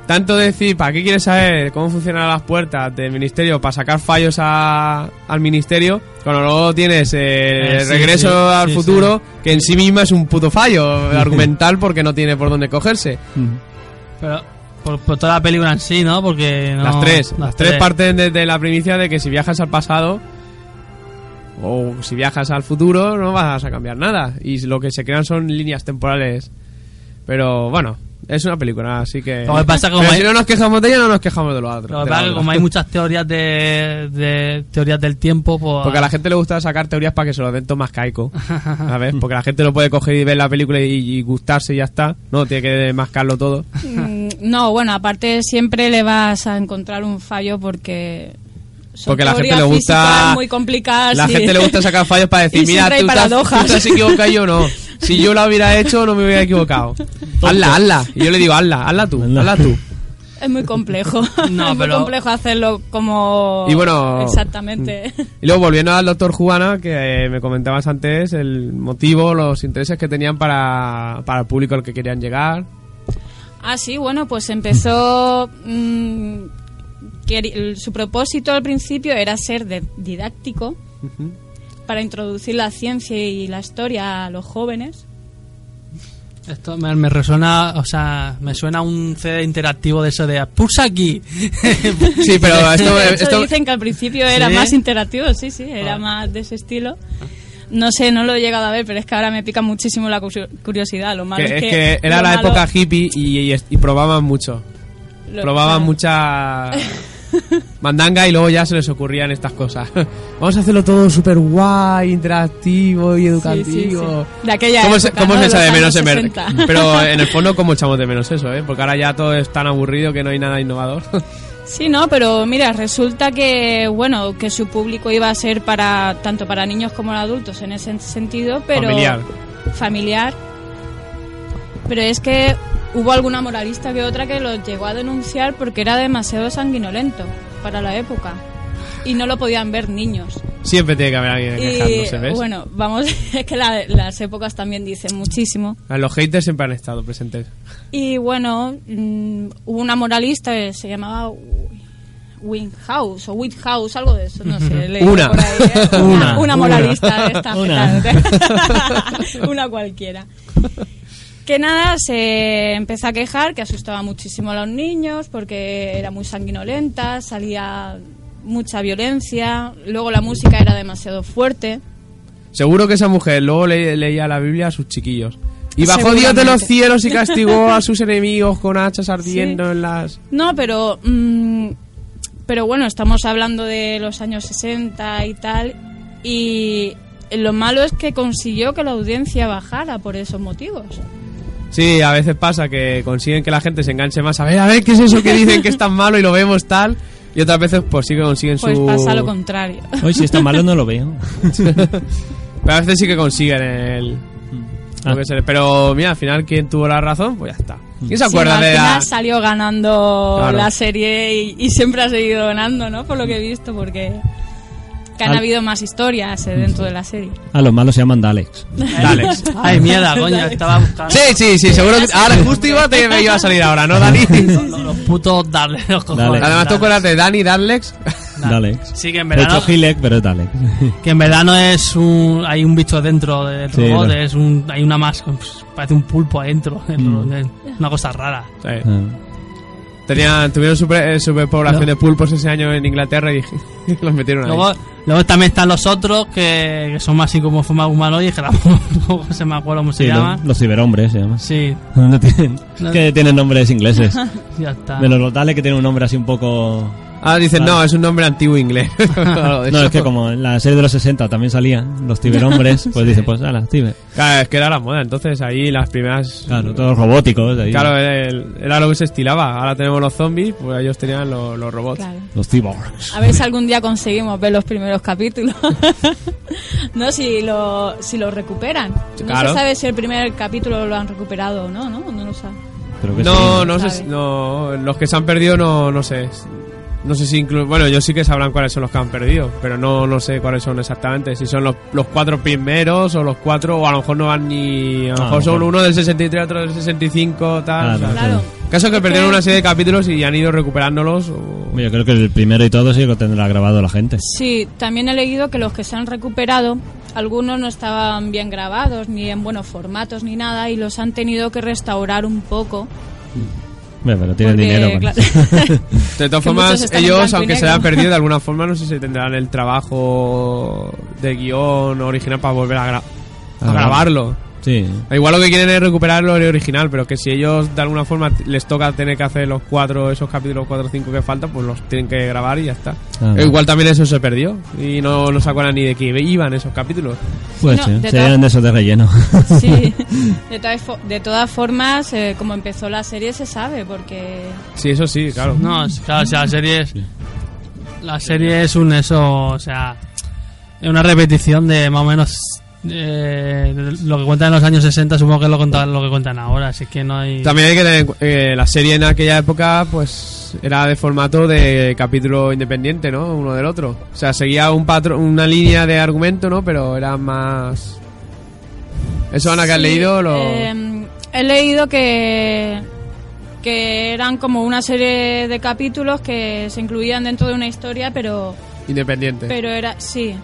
[SPEAKER 5] tanto decir, ¿para qué quieres saber cómo funcionan las puertas del ministerio para sacar fallos a- al ministerio? Cuando luego tienes eh,
[SPEAKER 3] Eh,
[SPEAKER 5] el
[SPEAKER 3] sí,
[SPEAKER 5] regreso
[SPEAKER 3] sí,
[SPEAKER 5] al
[SPEAKER 3] sí,
[SPEAKER 5] futuro, que en sí misma es un
[SPEAKER 3] [laughs]
[SPEAKER 5] puto fallo argumental porque no tiene por dónde cogerse.
[SPEAKER 3] Pero, por, por toda la película en sí, ¿no? Porque. no-
[SPEAKER 5] las tres. Las, tres, parten desde la primicia de que si viajas al pasado o si viajas al futuro no vas a cambiar nada. Y lo que se crean son líneas temporales. Pero bueno, es una película, así que...
[SPEAKER 3] Lo que pasa que como
[SPEAKER 5] Pero
[SPEAKER 3] hay-
[SPEAKER 5] si no nos quejamos de ella, no nos quejamos de lo otro.
[SPEAKER 3] Lo
[SPEAKER 5] de
[SPEAKER 3] que
[SPEAKER 5] la
[SPEAKER 3] pasa es que
[SPEAKER 5] otra. [laughs]
[SPEAKER 3] como hay muchas teorías de, de- teorías del tiempo, pues
[SPEAKER 5] Porque a la gente le gusta sacar teorías para que se lo den todo más caico. A
[SPEAKER 3] [laughs]
[SPEAKER 5] ver, porque la gente no puede coger y ver la película y, y gustarse y ya está. No, tiene que mascarlo todo.
[SPEAKER 2] Mm, No, bueno, aparte siempre le vas a encontrar un fallo porque... son
[SPEAKER 5] Porque la gente
[SPEAKER 2] teorías
[SPEAKER 5] le gusta-
[SPEAKER 2] físicas muy complicadas.
[SPEAKER 5] La
[SPEAKER 2] y-
[SPEAKER 5] gente le gusta sacar fallos
[SPEAKER 2] [laughs]
[SPEAKER 5] para
[SPEAKER 2] y
[SPEAKER 5] decir, mira,
[SPEAKER 2] siempre hay
[SPEAKER 5] tú estás, tú
[SPEAKER 2] paradojas.
[SPEAKER 5] estás equivocado y yo no. Si yo la hubiera hecho, no me hubiera equivocado. Hazla, hazla. Y yo le digo, hazla, hazla tú,
[SPEAKER 4] Hazla.
[SPEAKER 5] hazla tú.
[SPEAKER 2] [laughs] Es muy
[SPEAKER 5] [laughs]
[SPEAKER 2] complejo.
[SPEAKER 3] No,
[SPEAKER 2] es muy
[SPEAKER 3] pero-
[SPEAKER 2] complejo hacerlo como...
[SPEAKER 5] Y bueno... mm.
[SPEAKER 2] Exactamente.
[SPEAKER 5] Y luego volviendo al doctor Juana, que eh, me comentabas antes, el motivo, los intereses que tenían para, para el público al que querían llegar.
[SPEAKER 2] [laughs] Ah, sí, bueno, pues empezó... mm, queri- el- su propósito al principio era ser de- didáctico para introducir la ciencia y la historia a los jóvenes.
[SPEAKER 3] esto me, me resuena, o sea, me suena un CD interactivo de eso de pulsa aquí.
[SPEAKER 5] Sí,
[SPEAKER 3] [laughs]
[SPEAKER 5] pero [laughs] esto...
[SPEAKER 2] De hecho,
[SPEAKER 5] esto
[SPEAKER 2] dicen que al principio era
[SPEAKER 3] ¿Sí?
[SPEAKER 2] más interactivo, sí, sí, era
[SPEAKER 3] Ah.
[SPEAKER 2] más de ese estilo. No sé, no lo he llegado a ver, pero es que ahora me pica muchísimo la cu- curiosidad. Lo malo
[SPEAKER 5] que-
[SPEAKER 2] es,
[SPEAKER 5] es
[SPEAKER 2] que,
[SPEAKER 5] que era
[SPEAKER 2] lo
[SPEAKER 5] la
[SPEAKER 2] malo-
[SPEAKER 5] época hippie y, y- y probaban mucho.
[SPEAKER 2] lo-
[SPEAKER 5] probaban
[SPEAKER 2] claro.
[SPEAKER 5] mucha
[SPEAKER 2] [laughs]
[SPEAKER 5] mandanga y luego ya se les ocurrían estas cosas. [laughs] Vamos a hacerlo todo súper guay, interactivo
[SPEAKER 2] Sí,
[SPEAKER 5] y
[SPEAKER 2] sí, sí.
[SPEAKER 5] educativo.
[SPEAKER 2] De aquella
[SPEAKER 5] ¿Cómo se,
[SPEAKER 2] época,
[SPEAKER 5] cómo
[SPEAKER 2] ¿no?
[SPEAKER 5] se
[SPEAKER 2] los
[SPEAKER 5] echa de
[SPEAKER 2] años
[SPEAKER 5] menos en verdad?
[SPEAKER 2] 60.
[SPEAKER 5] [laughs] Pero en el fondo, ¿cómo echamos de menos eso? Eh? Porque ahora ya todo es tan aburrido que no hay nada innovador. [laughs]
[SPEAKER 2] Sí, no, pero mira, resulta que bueno, que su público iba a ser para tanto para niños como para adultos en ese sentido, pero
[SPEAKER 5] Familiar.
[SPEAKER 2] familiar. Pero es que hubo alguna moralista que otra que lo llegó a denunciar porque era demasiado sanguinolento para la época y no lo podían ver niños.
[SPEAKER 5] Siempre tiene que haber alguien
[SPEAKER 2] Y
[SPEAKER 5] quejándose, ¿ves?
[SPEAKER 2] bueno, vamos, [laughs] es que la- las épocas también dicen muchísimo.
[SPEAKER 5] A Los haters siempre han estado presentes.
[SPEAKER 2] Y bueno, mm, hubo una moralista que se llamaba Windhouse o Whithouse, algo de eso, no sé. leí
[SPEAKER 5] Una.
[SPEAKER 2] por ahí, ¿eh? una,
[SPEAKER 4] Una,
[SPEAKER 2] una moralista de esta
[SPEAKER 4] Una.
[SPEAKER 2] petada. [laughs] una cualquiera. Que nada, se empezó a quejar que asustaba muchísimo a los niños porque era muy sanguinolenta, salía mucha violencia, luego la música era demasiado fuerte.
[SPEAKER 5] Seguro que esa mujer luego le- leía la Biblia a sus chiquillos. Y bajó Dios de los
[SPEAKER 2] Seguramente.
[SPEAKER 5] cielos y castigó a
[SPEAKER 2] [laughs]
[SPEAKER 5] sus enemigos con hachas ardiendo en las...
[SPEAKER 2] No, pero. mm, pero bueno, estamos hablando de los años 60 y tal. Y lo malo es que consiguió que la audiencia bajara por esos motivos.
[SPEAKER 5] Sí, a veces pasa que consiguen que la gente se enganche más. A ver, a ver, ¿qué es eso que dicen que es tan malo y lo vemos tal? Y otras veces, pues sí que consiguen
[SPEAKER 2] Pues
[SPEAKER 5] su.
[SPEAKER 2] pasa lo contrario.
[SPEAKER 4] Hoy si está malo no
[SPEAKER 3] [laughs]
[SPEAKER 4] lo veo.
[SPEAKER 5] Pero a veces sí que consiguen el. lo
[SPEAKER 4] Ah. Mm.
[SPEAKER 5] que se le- Pero mira, al final, ¿quién tuvo la razón? Pues ya está. ¿Quién se
[SPEAKER 2] [laughs] Sí,
[SPEAKER 5] acuerda
[SPEAKER 2] al
[SPEAKER 5] de
[SPEAKER 2] final
[SPEAKER 5] la.?
[SPEAKER 2] salió ganando
[SPEAKER 5] Claro.
[SPEAKER 2] la serie y, y siempre ha seguido ganando, ¿no? Por lo que he visto, porque Que han
[SPEAKER 4] Al-
[SPEAKER 2] habido más historias eh, dentro de la serie.
[SPEAKER 4] A ah, los malos se llaman Daleks.
[SPEAKER 2] [laughs]
[SPEAKER 5] Dalex.
[SPEAKER 3] Ay, mierda, coño, estaba buscando.
[SPEAKER 5] Sí, sí, sí, seguro que. Ahora justo iba, te, me iba a salir ahora,
[SPEAKER 2] [laughs]
[SPEAKER 5] ¿no, Dani?
[SPEAKER 3] Los, los putos Dale, los cojones.
[SPEAKER 4] Dale.
[SPEAKER 5] Además, tú acuerdas de Dani, Darlex.
[SPEAKER 4] Daleks.
[SPEAKER 3] Sí, que en
[SPEAKER 4] De
[SPEAKER 3] verano,
[SPEAKER 4] hecho, Hilek, pero es Dalek.
[SPEAKER 3] que en verano es un, hay un bicho dentro del
[SPEAKER 4] Sí,
[SPEAKER 3] robot,
[SPEAKER 4] lo-
[SPEAKER 3] es un, hay una más, pues, parece un pulpo adentro, [laughs] dentro,
[SPEAKER 4] Mm.
[SPEAKER 3] es una cosa rara.
[SPEAKER 5] [laughs] Sí.
[SPEAKER 4] Ah.
[SPEAKER 5] Tenían, tuvieron super, eh, superpoblación
[SPEAKER 4] No.
[SPEAKER 5] de pulpos ese año en Inglaterra y [laughs] los metieron ahí.
[SPEAKER 3] Luego, luego también están los otros que, que son más así como forma humanoide, que tampoco [laughs] se me acuerdo cómo se
[SPEAKER 4] Sí, lo-
[SPEAKER 3] llama.
[SPEAKER 4] los ciberhombres se llaman. [laughs]
[SPEAKER 3] Sí,
[SPEAKER 4] No tienen-
[SPEAKER 3] No. Ah.
[SPEAKER 4] es que tienen
[SPEAKER 3] [laughs]
[SPEAKER 4] nombres ingleses.
[SPEAKER 3] ya está.
[SPEAKER 4] Menos los Daleks que tienen un nombre así un poco...
[SPEAKER 5] Ah, dicen,
[SPEAKER 4] Vale.
[SPEAKER 5] no, es un nombre
[SPEAKER 4] [laughs]
[SPEAKER 5] antiguo inglés. [laughs] Algo de
[SPEAKER 4] No,
[SPEAKER 5] eso.
[SPEAKER 4] es que como en la serie de los 60 también salían
[SPEAKER 3] [laughs]
[SPEAKER 4] los ciberhombres, pues dicen, pues ala, ciber.
[SPEAKER 5] Claro, es que era la moda, entonces ahí las primeras.
[SPEAKER 4] Claro, todos robóticos. ahí.
[SPEAKER 3] eh.
[SPEAKER 5] Claro, era, el- era lo que se estilaba. Ahora tenemos los zombies, pues ellos tenían lo- los robots.
[SPEAKER 2] Claro.
[SPEAKER 4] Los cyborgs.
[SPEAKER 2] A ver si algún día conseguimos ver los primeros capítulos. [laughs] no, si lo, si lo recuperan. No
[SPEAKER 5] Claro.
[SPEAKER 2] se sabe si el primer capítulo lo han recuperado o no, ¿no? No lo sabe.
[SPEAKER 4] Pero que
[SPEAKER 5] No,
[SPEAKER 4] sí.
[SPEAKER 5] no sé,
[SPEAKER 2] Sabe.
[SPEAKER 5] si- no, los que se han perdido no, no sé. No sé si incluso, bueno, ellos sí que sabrán cuáles son los que han perdido, pero no, no sé cuáles son exactamente, si son los, los cuatro primeros o los cuatro, o a lo mejor no van ni, a lo
[SPEAKER 4] Ah,
[SPEAKER 5] mejor son
[SPEAKER 4] bueno.
[SPEAKER 5] uno del 63, otro del 65, tal.
[SPEAKER 4] Claro,
[SPEAKER 5] o sea.
[SPEAKER 2] Claro.
[SPEAKER 5] El Caso es que perdieron una serie de capítulos y han ido recuperándolos.
[SPEAKER 4] Hombre,
[SPEAKER 5] o-
[SPEAKER 4] Yo creo que el primero y todo sí lo tendrá grabado la gente.
[SPEAKER 2] Sí, también he leído que los que se han recuperado, algunos no estaban bien grabados, ni en buenos formatos, ni nada, y los han tenido que restaurar un poco.
[SPEAKER 4] Hombre, pero tienen
[SPEAKER 2] porque,
[SPEAKER 4] dinero. pues.
[SPEAKER 2] claro, Que
[SPEAKER 5] De todas
[SPEAKER 2] muchos
[SPEAKER 5] formas,
[SPEAKER 2] están en
[SPEAKER 5] ellos,
[SPEAKER 2] blanco y
[SPEAKER 5] aunque se
[SPEAKER 2] negro. [laughs]
[SPEAKER 5] hayan perdido de alguna forma, no sé si tendrán el trabajo de guión original para volver a, gra- a
[SPEAKER 4] Ah.
[SPEAKER 5] grabarlo.
[SPEAKER 4] [laughs] Sí.
[SPEAKER 5] Igual lo que quieren es recuperar lo original, pero que si ellos de alguna forma t- les toca tener que hacer los cuatro, esos capítulos 4 o 5 que faltan, pues los tienen que grabar y ya está.
[SPEAKER 4] Ah.
[SPEAKER 5] E Igual también eso se perdió y no, no se acuerdan ni de que iban esos capítulos.
[SPEAKER 4] Pues
[SPEAKER 2] No,
[SPEAKER 4] sí,
[SPEAKER 2] de
[SPEAKER 4] serían
[SPEAKER 2] todas-
[SPEAKER 4] de esos de relleno.
[SPEAKER 2] [laughs] sí. De, todas fo- de todas formas, eh, como empezó la serie se sabe, porque
[SPEAKER 5] Sí, eso sí, claro.
[SPEAKER 3] No, es- claro, o sea, la serie es. La serie es un eso, o sea. Es una repetición de más o menos. eh, de lo que cuentan en los años 60, supongo que es lo, contan- lo que cuentan ahora, así que no hay.
[SPEAKER 5] También hay que tener en cu- eh, la serie en aquella época, pues era de formato de capítulo independiente, ¿no? Uno del otro. O sea, seguía un patro una línea de argumento, ¿no? Pero era más. Eso, Ana, que has
[SPEAKER 2] Sí,
[SPEAKER 5] leído. Lo...
[SPEAKER 2] eh, he leído que que eran como una serie de capítulos que se incluían dentro de una historia, pero
[SPEAKER 5] Independiente.
[SPEAKER 2] pero era sí.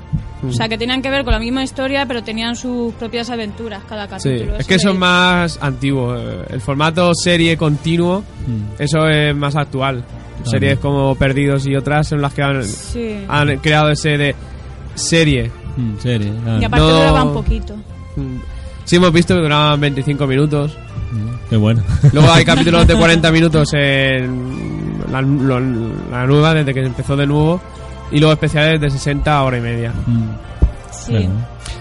[SPEAKER 2] O sea, que tenían que ver con la misma historia, pero tenían sus propias aventuras cada
[SPEAKER 5] Sí,
[SPEAKER 2] capítulo.
[SPEAKER 5] es que eso
[SPEAKER 2] leí.
[SPEAKER 5] es más antiguo. eh, El formato serie continuo,
[SPEAKER 4] [laughs] Mm.
[SPEAKER 5] eso es más actual. Series como Perdidos y otras son las que han,
[SPEAKER 2] Sí.
[SPEAKER 5] han creado ese de serie.
[SPEAKER 4] Mm, serie, claro.
[SPEAKER 2] Y aparte
[SPEAKER 5] No.
[SPEAKER 2] duraba un poquito.
[SPEAKER 5] Mm. Sí, hemos visto que duraban 25 minutos.
[SPEAKER 4] Mm, Qué bueno. [laughs]
[SPEAKER 5] Luego hay capítulos de 40 minutos en la, lo- la nueva, desde que empezó de nuevo. Y luego especiales de 60 a hora y media.
[SPEAKER 4] Mm,
[SPEAKER 2] Sí.
[SPEAKER 4] bueno,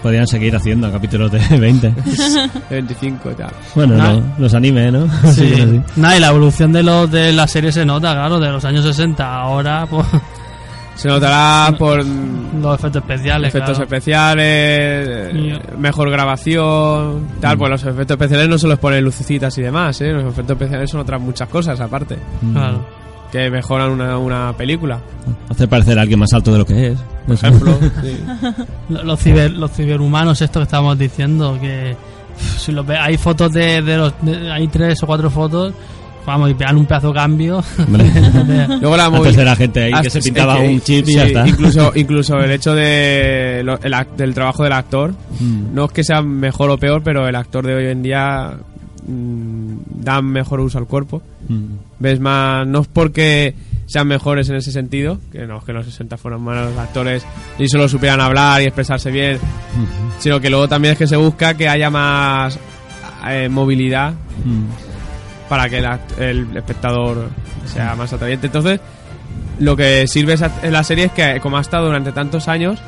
[SPEAKER 4] podrían seguir haciendo capítulos de
[SPEAKER 2] [laughs]
[SPEAKER 4] [laughs] 20.
[SPEAKER 5] De 25 y tal.
[SPEAKER 4] Bueno,
[SPEAKER 5] Ah.
[SPEAKER 3] No.
[SPEAKER 4] no, los anime, ¿no? [laughs] Pues Sí, que
[SPEAKER 3] Sí.
[SPEAKER 4] sí.
[SPEAKER 3] Nada, y la evolución de, los de la serie se nota, claro, de los años 60. Ahora, [laughs] pues,
[SPEAKER 5] Se notará por mm,
[SPEAKER 3] los efectos especiales.
[SPEAKER 5] efectos
[SPEAKER 3] claro.
[SPEAKER 5] especiales, eh,
[SPEAKER 3] Y-
[SPEAKER 5] mejor grabación,
[SPEAKER 4] Mm.
[SPEAKER 5] tal. Pues los efectos especiales no se los ponen lucecitas y demás, ¿eh? Los efectos especiales son otras muchas cosas aparte.
[SPEAKER 3] Claro.
[SPEAKER 5] Que mejoran una, una película,
[SPEAKER 4] Hace parecer a alguien más alto de lo que es. [laughs]
[SPEAKER 5] por ejemplo. sí.
[SPEAKER 4] Mm.
[SPEAKER 3] Lo- Los, ciber, los ciberhumanos, esto que estábamos diciendo, que uf, si los ve, hay fotos de, de los. de- hay tres o cuatro fotos, vamos, y pegan un pedazo de cambio.
[SPEAKER 4] Hombre. [laughs]
[SPEAKER 5] Luego la
[SPEAKER 4] Antes
[SPEAKER 5] movi-
[SPEAKER 4] era gente ahí que
[SPEAKER 5] Hasta-
[SPEAKER 4] se pintaba
[SPEAKER 5] es que-
[SPEAKER 4] un chip y
[SPEAKER 5] sí,
[SPEAKER 4] ya está. [laughs]
[SPEAKER 5] Incluso, incluso el hecho de lo- el act- del trabajo del actor,
[SPEAKER 4] Mm,
[SPEAKER 5] no es que sea mejor o peor, pero el actor de hoy en día mm, da mejor uso al cuerpo.
[SPEAKER 4] Mm.
[SPEAKER 5] Ves más, no es porque sean mejores en ese sentido, que no es que los 60 fueron malos actores y solo supieran hablar y expresarse bien,
[SPEAKER 4] mm,
[SPEAKER 5] sino que luego también es que se busca que haya más eh, movilidad
[SPEAKER 4] Mm.
[SPEAKER 5] para que el, act- el espectador sea más atrayente. Entonces, lo que sirve esa- en la serie es que, como ha estado durante tantos años,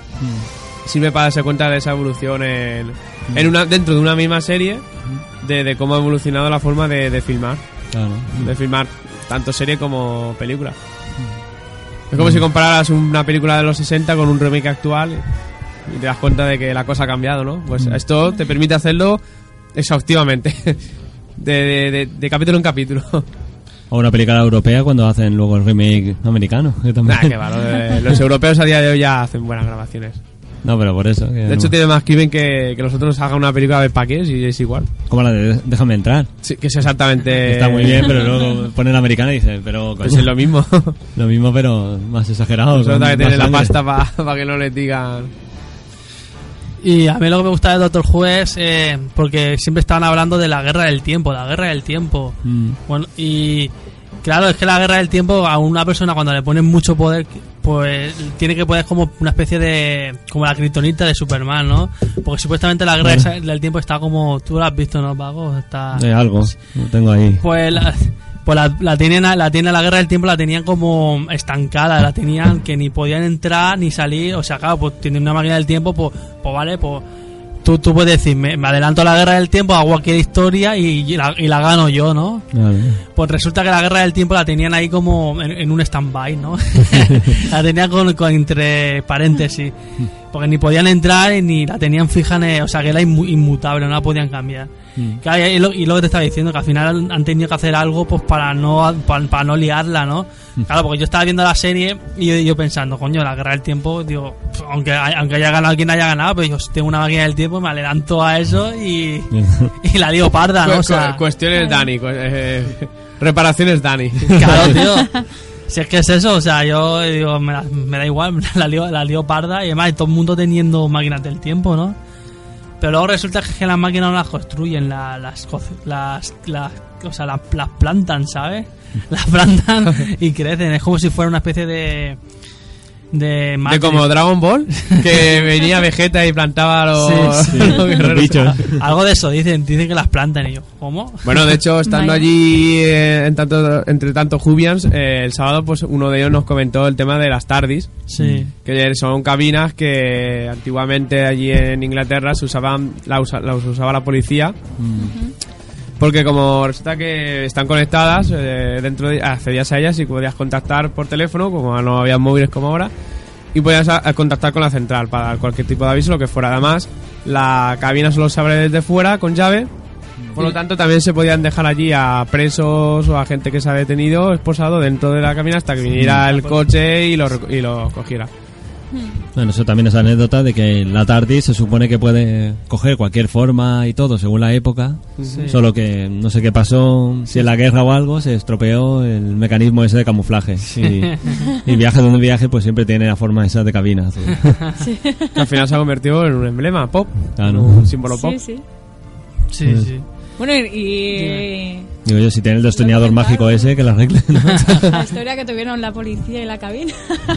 [SPEAKER 5] sirve para darse cuenta de esa evolución en, en una, dentro de una misma serie, de, de cómo ha evolucionado la forma de, de filmar,
[SPEAKER 4] Claro.
[SPEAKER 5] de filmar tanto serie como película. Es como si compararas una película de los 60 con un remake actual y te das cuenta de que la cosa ha cambiado, ¿no? Pues esto te permite [laughs] hacerlo exhaustivamente, de- de- de- de capítulo en capítulo.
[SPEAKER 4] O una película europea cuando hacen luego el remake americano. que también-
[SPEAKER 5] Nah, que va, lo de- los europeos a día de hoy ya hacen buenas grabaciones.
[SPEAKER 4] No, pero por eso. que
[SPEAKER 5] De
[SPEAKER 4] no-
[SPEAKER 5] hecho, tiene más crimen que, que nosotros haga una película de paqués y es igual.
[SPEAKER 4] como la de Déjame entrar.
[SPEAKER 5] Sí, que es
[SPEAKER 4] [laughs]
[SPEAKER 5] exactamente.
[SPEAKER 4] Está muy bien, pero
[SPEAKER 5] [laughs]
[SPEAKER 4] luego ponen la americana y dice, pero coño,
[SPEAKER 5] Eh. Pues es
[SPEAKER 4] [laughs]
[SPEAKER 5] lo mismo. Solo
[SPEAKER 4] lo mismo, pero más exagerado. con
[SPEAKER 5] que
[SPEAKER 4] más
[SPEAKER 5] tener la
[SPEAKER 4] sangre.
[SPEAKER 5] pasta para que no le digan.
[SPEAKER 3] [laughs] Y a mí lo que me gusta de Doctor Who es eh, porque siempre estaban hablando de la guerra del tiempo, la guerra del tiempo.
[SPEAKER 4] Mm.
[SPEAKER 3] Bueno, y claro, es que la guerra del tiempo a una persona cuando le ponen mucho poder, pues tiene que poder como una especie de. como la kriptonita de Superman, ¿no? Porque supuestamente la guerra esa- del tiempo está como. tú la has visto, ¿no, Paco? Está.
[SPEAKER 4] Eh, algo, lo tengo ahí.
[SPEAKER 3] Pues la, pues la, la tenían a- la tienen a la guerra del tiempo la tenían como estancada, la tenían que ni podían entrar ni salir, o sea, claro, pues tienen una máquina del tiempo, pues, pues vale, pues tú, tú puedes decir, me, me adelanto a la guerra del tiempo, hago cualquier historia y, y la, y la gano yo, ¿no?
[SPEAKER 4] Vale.
[SPEAKER 3] Pues resulta que la guerra del tiempo la tenían ahí como en, en un stand-by, ¿no? la tenían con, con entre paréntesis, porque ni podían entrar y ni la tenían fija, en el- o sea, que era inmu- inmutable, no la podían cambiar. Claro, y, lo, y lo que te estaba diciendo, que al final han tenido que hacer algo pues para no para, para no liarla, ¿no? Claro, porque yo estaba viendo la serie y yo, yo pensando, coño, la guerra del tiempo, digo, pf, aunque, hay- aunque haya ganado quien haya ganado, pues yo tengo una máquina del tiempo, me adelanto a eso y,
[SPEAKER 5] [laughs]
[SPEAKER 3] [laughs] y la lío parda, ¿no?
[SPEAKER 5] Cu-
[SPEAKER 3] O sea,
[SPEAKER 5] cu- cuestiones Dani. cu-
[SPEAKER 3] [laughs]
[SPEAKER 5] eh, reparaciones Dani.
[SPEAKER 3] claro, tío. Si es que es eso, o sea, yo digo, me, da- me da igual, [laughs] la lío, la lío parda y además todo el mundo teniendo máquinas del tiempo, ¿no? Pero luego resulta que es que las máquinas no las construyen, la- las, co- las, las, o sea, las, las plantan, ¿sabes? Las plantan y crecen, es como si fuera una especie de... De,
[SPEAKER 5] De
[SPEAKER 3] Matrix.
[SPEAKER 5] como
[SPEAKER 3] [laughs]
[SPEAKER 5] Dragon Ball, que venía Vegeta y plantaba los, [laughs]
[SPEAKER 3] Sí, sí.
[SPEAKER 5] los guerreros.
[SPEAKER 4] Los bichos.
[SPEAKER 3] Algo de eso dicen, dicen que las plantan y yo, ¿cómo?
[SPEAKER 5] Bueno, de hecho, estando
[SPEAKER 7] Vaya.
[SPEAKER 5] allí eh, en tanto, entre tantos Jubians, eh, el sábado pues uno de ellos nos comentó el tema de las tardis,
[SPEAKER 3] Sí.
[SPEAKER 5] que son cabinas que antiguamente allí en Inglaterra se usaban, la usa- las usaba la policía. Porque como resulta que están conectadas, eh, dentro de, accedías a ellas y podías contactar por teléfono, como no había móviles como ahora, y podías a- a contactar con la central para dar cualquier tipo de aviso, lo que fuera. Además, la cabina solo se abre desde fuera con llave, por lo tanto también se podían dejar allí a presos o a gente que se ha detenido, esposado dentro de la cabina hasta que viniera el coche y lo, reco- y lo cogiera.
[SPEAKER 4] Bueno, eso también es anécdota de que la TARDIS se supone que puede coger cualquier forma y todo según la época. Solo que no sé qué pasó, si en la guerra o algo se estropeó el mecanismo ese de camuflaje. Y, y viaje donde viaje, pues siempre tiene la forma esa de cabina. azul.
[SPEAKER 5] Que al final se ha convertido en un emblema pop,
[SPEAKER 4] Claro.
[SPEAKER 5] un símbolo pop.
[SPEAKER 2] Sí, sí.
[SPEAKER 3] Sí,
[SPEAKER 4] Pues-
[SPEAKER 3] sí.
[SPEAKER 2] Bueno, y, y
[SPEAKER 4] Digo yo, si tiene el destornillador mágico ese, que la arregle. ¿no?
[SPEAKER 2] [laughs] la historia que tuvieron la policía y la cabina. [laughs]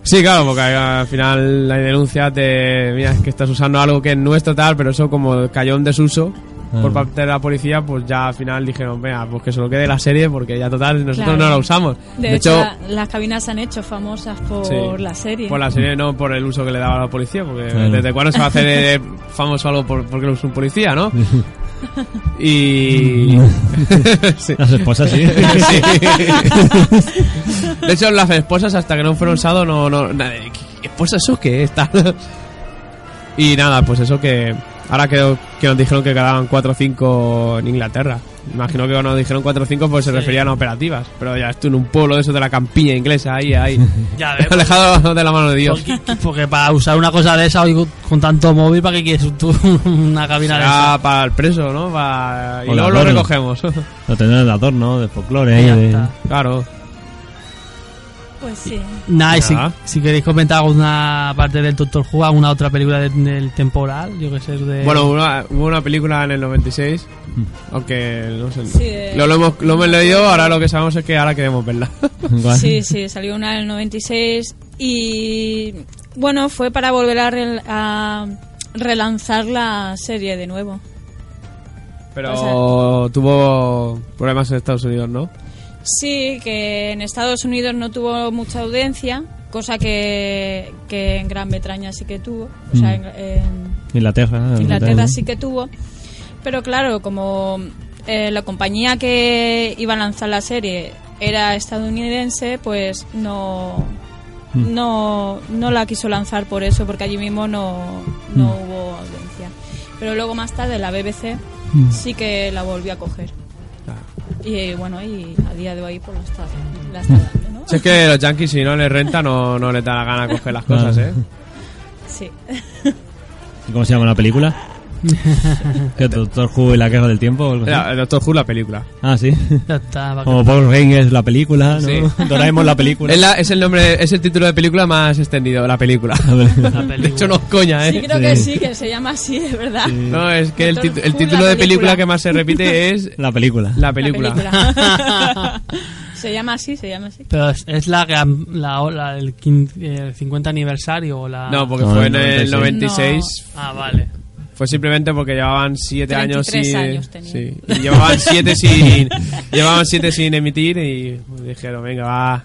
[SPEAKER 5] Sí, claro, porque al final hay denuncias de, mira, es que estás usando algo que es nuestro tal, pero eso como cayó en desuso por
[SPEAKER 4] Ah.
[SPEAKER 5] parte de la policía, pues ya al final dijeron, venga, pues que se lo quede la serie porque ya total nosotros
[SPEAKER 2] Claro.
[SPEAKER 5] no la usamos.
[SPEAKER 2] De, hecho, la- las cabinas se han hecho famosas por
[SPEAKER 5] sí,
[SPEAKER 2] la serie.
[SPEAKER 5] Por la serie, no por el uso que le daba la policía, porque
[SPEAKER 4] Claro.
[SPEAKER 5] desde cuándo se va a hacer eh, famoso algo por, porque lo usa un
[SPEAKER 4] [laughs]
[SPEAKER 5] policía, ¿no? y... [laughs] sí.
[SPEAKER 4] Las
[SPEAKER 2] [laughs]
[SPEAKER 4] esposas, sí.
[SPEAKER 5] Sí. De hecho, las esposas hasta que no fueron usados no, no, nada, ¿qué esposa eso que es tal? [laughs] Y nada, pues eso que ahora creo que nos dijeron que quedaban 4 o 5 en Inglaterra. Imagino que cuando nos dijeron 4 o 5 pues se referían a operativas, pero ya esto en un pueblo de eso de la campiña inglesa ahí ahí [laughs]
[SPEAKER 3] Ya ves.
[SPEAKER 5] alejado de la mano de Dios.
[SPEAKER 3] Porque, porque para usar una cosa de esa hoy con- con tanto móvil, ¿para qué quieres tú [laughs] una cabina de esa?
[SPEAKER 5] Será para el preso, ¿no? Para- Y
[SPEAKER 4] O
[SPEAKER 5] luego
[SPEAKER 4] la
[SPEAKER 5] lo
[SPEAKER 4] mano.
[SPEAKER 5] recogemos. [laughs]
[SPEAKER 4] Lo tendrán de adorno, de folclore.
[SPEAKER 3] Ya
[SPEAKER 4] de- [laughs]
[SPEAKER 3] está.
[SPEAKER 5] claro.
[SPEAKER 2] Pues sí.
[SPEAKER 3] Nah, y si,
[SPEAKER 5] Nada.
[SPEAKER 3] si queréis comentar alguna parte del Doctor Who, alguna otra película de- del temporal, yo que sé, de...
[SPEAKER 5] Bueno, una- hubo una película en el 96, aunque no sé.
[SPEAKER 2] Sí, eh. de-
[SPEAKER 5] Lo, lo hemos, lo hemos leído, ahora lo que sabemos es que ahora queremos verla. [laughs]
[SPEAKER 4] Igual.
[SPEAKER 2] Sí, sí, salió una en el 96 y bueno, fue para volver a, rel- a relanzar la serie de nuevo.
[SPEAKER 5] Pero
[SPEAKER 2] O
[SPEAKER 5] tuvo problemas en Estados Unidos, ¿no?
[SPEAKER 2] Sí, que en Estados Unidos no tuvo mucha audiencia, cosa que, que en Gran Bretaña sí que tuvo, o sea, en, en
[SPEAKER 4] Inglaterra.
[SPEAKER 2] Inglaterra
[SPEAKER 4] ¿no?
[SPEAKER 2] sí que tuvo, pero claro, como eh, la compañía que iba a lanzar la serie era estadounidense, pues no, no, no la quiso lanzar por eso, porque allí mismo no, no hubo audiencia. Pero luego más tarde la BBC sí que la volvió a coger. Y eh, bueno, y a día de hoy pues lo está, la está dando, ¿no?
[SPEAKER 5] Si es que los yankees, si no les renta, no, no les da la gana coger las cosas, ¿eh?
[SPEAKER 2] Sí.
[SPEAKER 4] ¿Y ¿Cómo se llama
[SPEAKER 2] [laughs]
[SPEAKER 4] la película? ¿Qué, Doctor Who y la guerra del tiempo? o algo así?
[SPEAKER 5] Era El Doctor Who, la película.
[SPEAKER 4] Ah, sí. [laughs]
[SPEAKER 3] Ya está, va
[SPEAKER 4] Como Paul Rangers la película, ¿no?
[SPEAKER 5] Sí.
[SPEAKER 4] [laughs] Doraemon la película.
[SPEAKER 5] Es, la- es el nombre, es el título de película más extendido, la película.
[SPEAKER 3] la película.
[SPEAKER 5] De hecho, no es coña, ¿eh?
[SPEAKER 2] Sí, creo que sí, que se llama así, de verdad.
[SPEAKER 5] No, es que el,
[SPEAKER 2] Doctor
[SPEAKER 5] tit- el
[SPEAKER 2] Who,
[SPEAKER 5] título
[SPEAKER 2] la
[SPEAKER 5] de película
[SPEAKER 2] película.
[SPEAKER 5] que más se repite es
[SPEAKER 4] [laughs] La película.
[SPEAKER 2] [laughs]
[SPEAKER 5] la
[SPEAKER 2] La
[SPEAKER 5] película.
[SPEAKER 2] película. [laughs] se llama así, se llama así.
[SPEAKER 3] Pero es, es la, gran- la, la- el, quin- el 50 aniversario o la...
[SPEAKER 5] No, pues. porque
[SPEAKER 4] No,
[SPEAKER 5] fue
[SPEAKER 4] el
[SPEAKER 5] en el 96.
[SPEAKER 2] 96.
[SPEAKER 3] Ah, vale.
[SPEAKER 5] Fue simplemente porque llevaban 7 años
[SPEAKER 2] 33
[SPEAKER 5] sin.
[SPEAKER 2] años tenía.
[SPEAKER 5] sí, y llevaban 7 sin. [laughs] llevaban 7 sin emitir y dijeron, venga, va.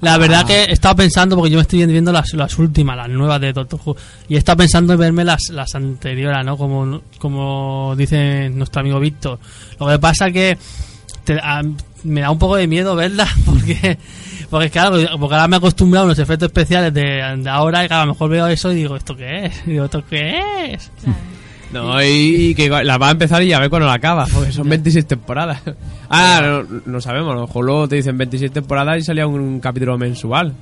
[SPEAKER 3] La verdad que he estado pensando, porque yo me estoy viendo las, las últimas, las nuevas de Doctor Who, y he estado pensando en verme las, las anteriores, ¿no? Como, como dice nuestro amigo Víctor. Lo que pasa que te- a- me da un poco de miedo verlas, [laughs] porque, porque claro, porque ahora me he acostumbrado a los efectos especiales de, de ahora, y claro, a lo mejor veo eso y digo, ¿esto qué es? [laughs] Y digo, ¿esto qué es?
[SPEAKER 5] No, y, y que igual la va a empezar y a ver cuándo la acaba, porque son 26 temporadas. [laughs] Ah, no, no sabemos, a lo mejor luego te dicen 26 temporadas y salía un, capítulo mensual.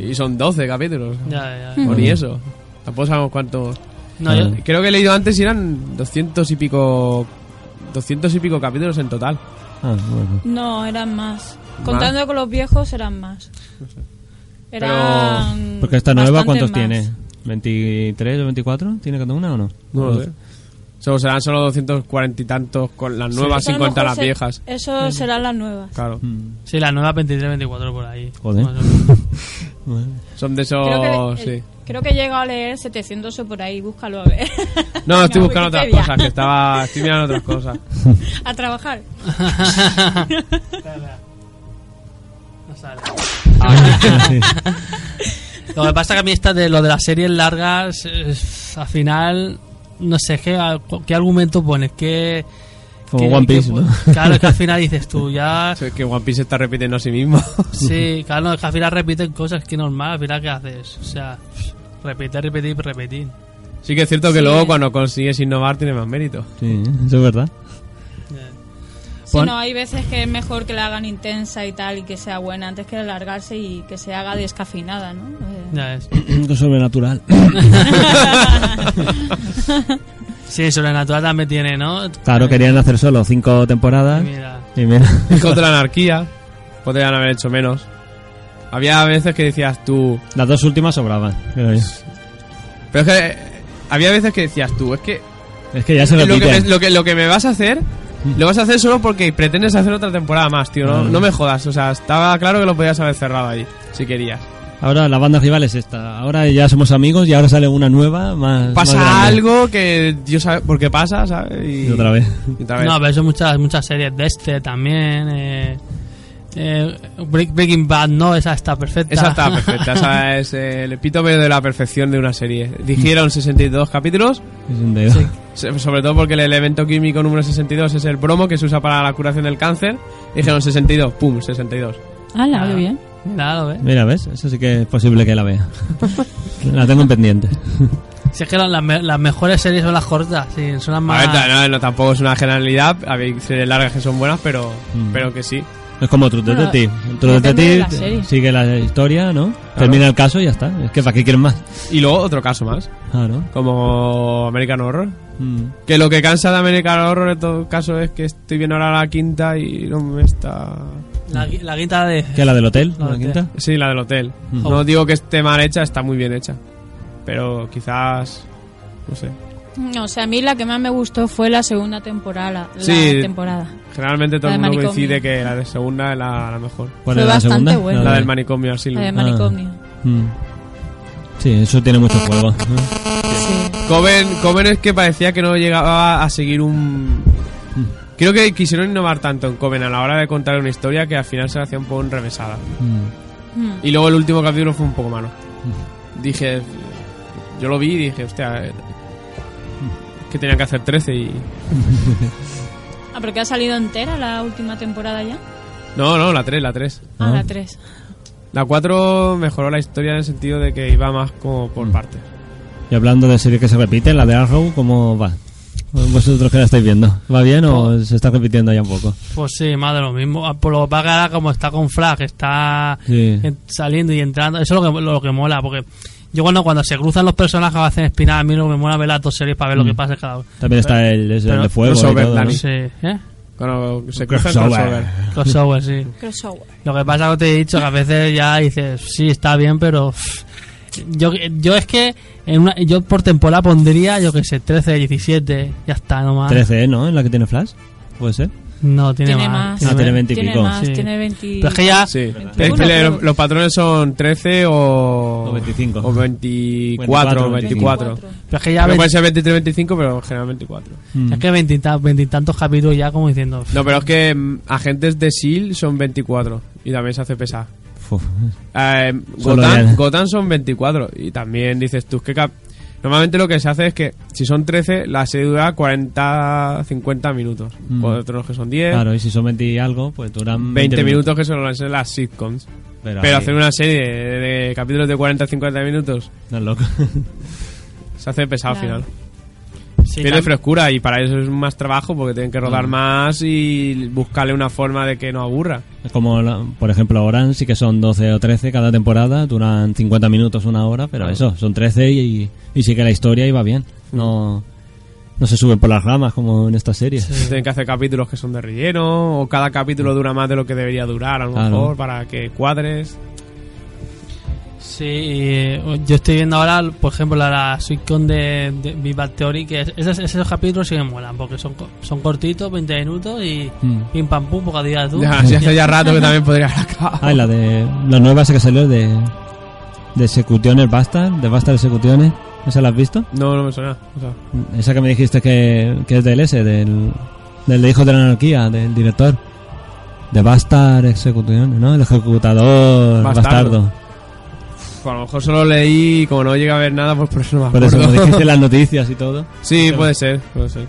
[SPEAKER 5] Y son 12 capítulos.
[SPEAKER 3] Ya, ya.
[SPEAKER 5] O ni eso. Tampoco sabemos cuántos.
[SPEAKER 3] No, yo-
[SPEAKER 5] Creo que he leído antes y eran 200 y pico. 200 y pico capítulos en total.
[SPEAKER 4] Ah, bueno.
[SPEAKER 2] No, eran más. Contando con los viejos, eran más.
[SPEAKER 5] Pero-
[SPEAKER 2] Eran.
[SPEAKER 4] Porque esta nueva,
[SPEAKER 2] bastantes
[SPEAKER 4] ¿cuántos
[SPEAKER 2] más.
[SPEAKER 4] tiene? ¿23 o 24? ¿Tiene cada una o no?
[SPEAKER 5] No lo sé. Solo serán solo 240 y tantos con las nuevas
[SPEAKER 2] Eso a
[SPEAKER 5] sin
[SPEAKER 2] lo
[SPEAKER 5] contar
[SPEAKER 2] mejor
[SPEAKER 5] las
[SPEAKER 2] se-
[SPEAKER 5] viejas.
[SPEAKER 2] Eso serán las nuevas.
[SPEAKER 5] Claro.
[SPEAKER 4] Mm.
[SPEAKER 3] sí, la nueva 23-24 por ahí.
[SPEAKER 4] Joder.
[SPEAKER 3] Más o menos.
[SPEAKER 5] Son de
[SPEAKER 2] Creo que,
[SPEAKER 5] esos.
[SPEAKER 2] el-
[SPEAKER 5] Oh, Sí.
[SPEAKER 2] creo que he llegado a leer 700 o por ahí, búscalo a ver.
[SPEAKER 5] [laughs]
[SPEAKER 2] [laughs]
[SPEAKER 5] No, estoy
[SPEAKER 2] Venga,
[SPEAKER 5] buscando otras
[SPEAKER 2] Wikipedia.
[SPEAKER 5] cosas. Que estaba. Estoy mirando
[SPEAKER 2] [laughs]
[SPEAKER 5] otras cosas.
[SPEAKER 2] a
[SPEAKER 5] [laughs]
[SPEAKER 2] trabajar.
[SPEAKER 3] No sale.
[SPEAKER 5] Ah,
[SPEAKER 4] [laughs]
[SPEAKER 3] Lo que pasa que a mí esta de lo de las series largas, eh, al final, no sé, ¿qué, qué argumento pones? ¿Qué,
[SPEAKER 4] Como
[SPEAKER 3] qué-
[SPEAKER 4] One
[SPEAKER 3] qué
[SPEAKER 4] Piece,
[SPEAKER 3] po-
[SPEAKER 4] ¿no? [laughs]
[SPEAKER 3] Claro, es que al final dices tú, ya...
[SPEAKER 5] Sí, Que One Piece está repitiendo a sí mismo. [laughs]
[SPEAKER 3] Sí, claro, es que al final repiten cosas que normal, al final ¿qué haces? O sea, repetir, repetir, repetir.
[SPEAKER 5] Sí que es cierto que luego cuando consigues innovar tiene más mérito. [laughs]
[SPEAKER 4] Sí, eso es
[SPEAKER 5] [clears throat]
[SPEAKER 4] verdad.
[SPEAKER 2] Si
[SPEAKER 3] Pon-
[SPEAKER 2] no, hay veces que es mejor que la hagan intensa y tal, y que sea buena antes que alargarse y que se haga descafinada, ¿no? Eh,
[SPEAKER 3] Ya es.
[SPEAKER 4] Algo sobrenatural.
[SPEAKER 3] Sí, Sobrenatural también tiene, ¿no?
[SPEAKER 4] Claro, querían hacer solo cinco temporadas.
[SPEAKER 3] Mira.
[SPEAKER 4] Y mira. [laughs]
[SPEAKER 5] Contra la anarquía. Podrían haber hecho menos. Había veces que decías tú.
[SPEAKER 4] Las dos últimas sobraban. creo yo.
[SPEAKER 5] Pero es que. eh, Había veces que decías tú. Es que
[SPEAKER 4] Es que ya [laughs] se
[SPEAKER 5] lo que, me,
[SPEAKER 4] repiten.
[SPEAKER 5] lo, que, lo que me vas a hacer, lo vas a hacer solo porque pretendes hacer otra temporada más, tío. No,
[SPEAKER 4] Mm.
[SPEAKER 5] no me jodas. O sea, estaba claro que lo podías haber cerrado ahí, si querías.
[SPEAKER 4] Ahora la banda rival es esta. Ahora ya somos amigos y ahora sale una nueva más. más
[SPEAKER 5] Pasa
[SPEAKER 4] grande.
[SPEAKER 5] algo que Dios sabe por qué pasa, ¿sabes?
[SPEAKER 4] Y otra vez.
[SPEAKER 5] y otra vez.
[SPEAKER 3] No, pero eso muchas, muchas series de este también. Eh, eh, Break- Breaking Bad, no, esa está perfecta.
[SPEAKER 5] Esa está
[SPEAKER 3] [laughs]
[SPEAKER 4] [laughs]
[SPEAKER 5] perfecta, esa es eh, el epítome de la perfección de una serie. Dijeron 62 capítulos,
[SPEAKER 4] Es un dedo.
[SPEAKER 5] se- sobre todo porque el elemento químico número 62 es el bromo que se usa para la curación del cáncer. Dijeron 62, pum, 62.
[SPEAKER 2] ¡Hala,
[SPEAKER 5] Ah.
[SPEAKER 2] qué Ah, bien!
[SPEAKER 3] Claro, ¿ves?
[SPEAKER 4] Mira, ¿ves? Eso sí que es posible que la vea. la tengo en pendiente.
[SPEAKER 3] Si es que las, me- las mejores series son las cortas, sí, son las
[SPEAKER 5] A
[SPEAKER 3] más...
[SPEAKER 5] ver, ta- no, no, tampoco es una generalidad, hay series largas que son buenas, pero,
[SPEAKER 4] Mm.
[SPEAKER 5] pero que sí.
[SPEAKER 4] Es como True
[SPEAKER 2] Bueno,
[SPEAKER 4] Detective. True
[SPEAKER 2] depende de la
[SPEAKER 4] Detective
[SPEAKER 2] serie.
[SPEAKER 4] sigue la historia, ¿no? Termina el caso y ya está. Es que ¿para qué quieren más?
[SPEAKER 5] Y luego otro caso más,
[SPEAKER 4] Ah, ¿no?
[SPEAKER 5] como American Horror.
[SPEAKER 4] Mm.
[SPEAKER 5] Que lo que cansa de American Horror en todo caso es que estoy viendo ahora la quinta y no me está...
[SPEAKER 3] La, gui- la guita de...
[SPEAKER 4] ¿Qué, la del hotel?
[SPEAKER 3] La
[SPEAKER 4] ¿La,
[SPEAKER 3] del
[SPEAKER 4] quinta?
[SPEAKER 5] Sí, la del hotel.
[SPEAKER 4] Mm.
[SPEAKER 5] No digo que esté mal hecha, está muy bien hecha. Pero quizás... No sé.
[SPEAKER 2] No, o sea, a mí la que más me gustó fue la segunda temporada. La
[SPEAKER 5] Sí.
[SPEAKER 2] temporada.
[SPEAKER 5] Generalmente todo
[SPEAKER 2] La
[SPEAKER 5] el
[SPEAKER 2] del
[SPEAKER 5] mundo
[SPEAKER 2] manicomio.
[SPEAKER 5] coincide que la de segunda es la, la mejor.
[SPEAKER 4] ¿Cuál
[SPEAKER 2] Fue
[SPEAKER 4] era la
[SPEAKER 2] bastante
[SPEAKER 4] segunda?
[SPEAKER 2] buena.
[SPEAKER 5] La
[SPEAKER 4] de-
[SPEAKER 5] del manicomio asilo.
[SPEAKER 2] La de manicomio.
[SPEAKER 4] Mm. Sí, eso tiene mucho juego. ¿eh?
[SPEAKER 2] Sí.
[SPEAKER 5] Coven, Coven es que parecía que no llegaba a seguir un... Creo que quisieron innovar tanto en Coven a la hora de contar una historia que al final se hacía un poco enrevesada.
[SPEAKER 4] Mm.
[SPEAKER 2] Mm.
[SPEAKER 5] Y luego el último capítulo fue un poco malo. Dije. Yo lo vi y dije, hostia. eh, Que tenían que hacer 13 y.
[SPEAKER 2] Ah, pero que ha salido entera la última temporada ya.
[SPEAKER 5] No, no, la 3, la 3.
[SPEAKER 2] Ah,
[SPEAKER 4] Ah.
[SPEAKER 2] la 3.
[SPEAKER 5] La 4 mejoró la historia en el sentido de que iba más como por partes.
[SPEAKER 4] Y hablando de series que se repiten, la de Arrow, ¿cómo va? Vosotros que la estáis viendo. ¿Va bien o se está repitiendo ya un poco?
[SPEAKER 3] Pues sí, más de lo mismo. Ah, Por lo que pasa ahora como está con Flag, está
[SPEAKER 4] Sí.
[SPEAKER 3] en- saliendo y entrando. Eso es lo que, lo que mola, porque yo cuando, cuando se cruzan los personajes hacen espinadas, a mí lo que me mola es ver las dos series para ver
[SPEAKER 4] Mm.
[SPEAKER 3] lo que pasa en cada uno.
[SPEAKER 4] También está el, es el
[SPEAKER 3] Pero-
[SPEAKER 4] de fuego y
[SPEAKER 5] crossover,
[SPEAKER 4] todo, ¿no?
[SPEAKER 5] Dani.
[SPEAKER 3] Sí, ¿eh?
[SPEAKER 5] Cuando se cruzan
[SPEAKER 4] Crossover.
[SPEAKER 5] crossover.
[SPEAKER 3] Crossover, sí.
[SPEAKER 2] Crossover.
[SPEAKER 3] Lo que pasa es que te he dicho que a veces ya dices, sí, está bien, pero... pff, Yo, yo es que en una, yo por temporada pondría, yo que sé, 13, 17, ya está, nomás.
[SPEAKER 4] 13, ¿no? En la que tiene Flash. Puede ser.
[SPEAKER 3] No, tiene,
[SPEAKER 2] Tiene
[SPEAKER 3] más.
[SPEAKER 2] más.
[SPEAKER 4] Ah, tiene 20 y
[SPEAKER 2] Tiene
[SPEAKER 4] pico.
[SPEAKER 2] más,
[SPEAKER 3] Sí.
[SPEAKER 2] tiene 20.
[SPEAKER 3] Pero es que ya...
[SPEAKER 5] Sí.
[SPEAKER 2] Bueno,
[SPEAKER 5] Es que le-
[SPEAKER 2] pero-
[SPEAKER 5] los patrones son 13 o...
[SPEAKER 4] O 25.
[SPEAKER 5] O 24, o 24.
[SPEAKER 2] 24.
[SPEAKER 3] Pero es que ya...
[SPEAKER 5] Pero
[SPEAKER 3] ve-
[SPEAKER 5] puede ser 23, 25, pero generalmente 24.
[SPEAKER 4] Mm.
[SPEAKER 3] Es que veintitantos capítulos ya como diciendo...
[SPEAKER 5] No, pero es que mm, agentes de SEAL son 24 y también se hace pesar.
[SPEAKER 4] Uf.
[SPEAKER 5] Eh,
[SPEAKER 4] Solo
[SPEAKER 5] Gotham,
[SPEAKER 4] él.
[SPEAKER 5] Gotham son 24 y también dices tú que cap- normalmente lo que se hace es que si son 13 la serie E dura 40 50 minutos
[SPEAKER 4] Mm.
[SPEAKER 5] otros que son 10
[SPEAKER 4] Claro, y si son 20 y algo, pues duran
[SPEAKER 5] 20 minutos que solo son las sitcoms
[SPEAKER 4] Pero,
[SPEAKER 5] pero
[SPEAKER 4] ahí,
[SPEAKER 5] hacer una serie de, de capítulos de 40 50 minutos
[SPEAKER 4] no es loco.
[SPEAKER 5] se hace pesado
[SPEAKER 2] Claro.
[SPEAKER 5] al final
[SPEAKER 3] sí,
[SPEAKER 5] pierde
[SPEAKER 3] tam-
[SPEAKER 5] frescura y para eso es más trabajo porque tienen que rodar más y buscarle una forma de que no aburra
[SPEAKER 4] Es Como, la- por ejemplo, Orange sí que son 12 o 13 cada temporada, duran 50 minutos, una hora, pero eso, son 13 y, y sí que la historia iba bien. No, no se suben por las ramas como en esta serie.
[SPEAKER 5] Tienen que hacer capítulos que son de relleno, o cada capítulo dura más de lo que debería durar, a lo
[SPEAKER 4] Claro.
[SPEAKER 5] mejor, para que cuadres.
[SPEAKER 3] Sí, eh, yo estoy viendo ahora, por ejemplo, la, la sitcom de, de Big Bang Theory, que es- esos, esos capítulos sí me molan, porque son, co- son cortitos, 20 minutos y
[SPEAKER 4] Mm.
[SPEAKER 3] pim pam pum, poca día tú.
[SPEAKER 5] Ya,
[SPEAKER 3] Y-
[SPEAKER 5] ya hace [laughs] ya rato que también podría haber acabado.
[SPEAKER 4] Ah, y la de la nueva esa que salió de de Executioner Bastard, de Bastard Executioner, ¿esa la has visto?
[SPEAKER 5] No, no me suena. o sea,
[SPEAKER 4] Esa que me dijiste que, que es del S, del, del de Hijo de la Anarquía, del director. De Bastard Executioner, ¿no? El ejecutador
[SPEAKER 5] Bastardo.
[SPEAKER 4] bastardo.
[SPEAKER 5] pues a lo mejor solo leí, y como no llega a ver nada, pues por eso no me
[SPEAKER 4] Por eso,
[SPEAKER 5] acuerdo.
[SPEAKER 4] como dijiste en las [laughs] noticias y todo.
[SPEAKER 5] [laughs] sí, puede ser, puede ser.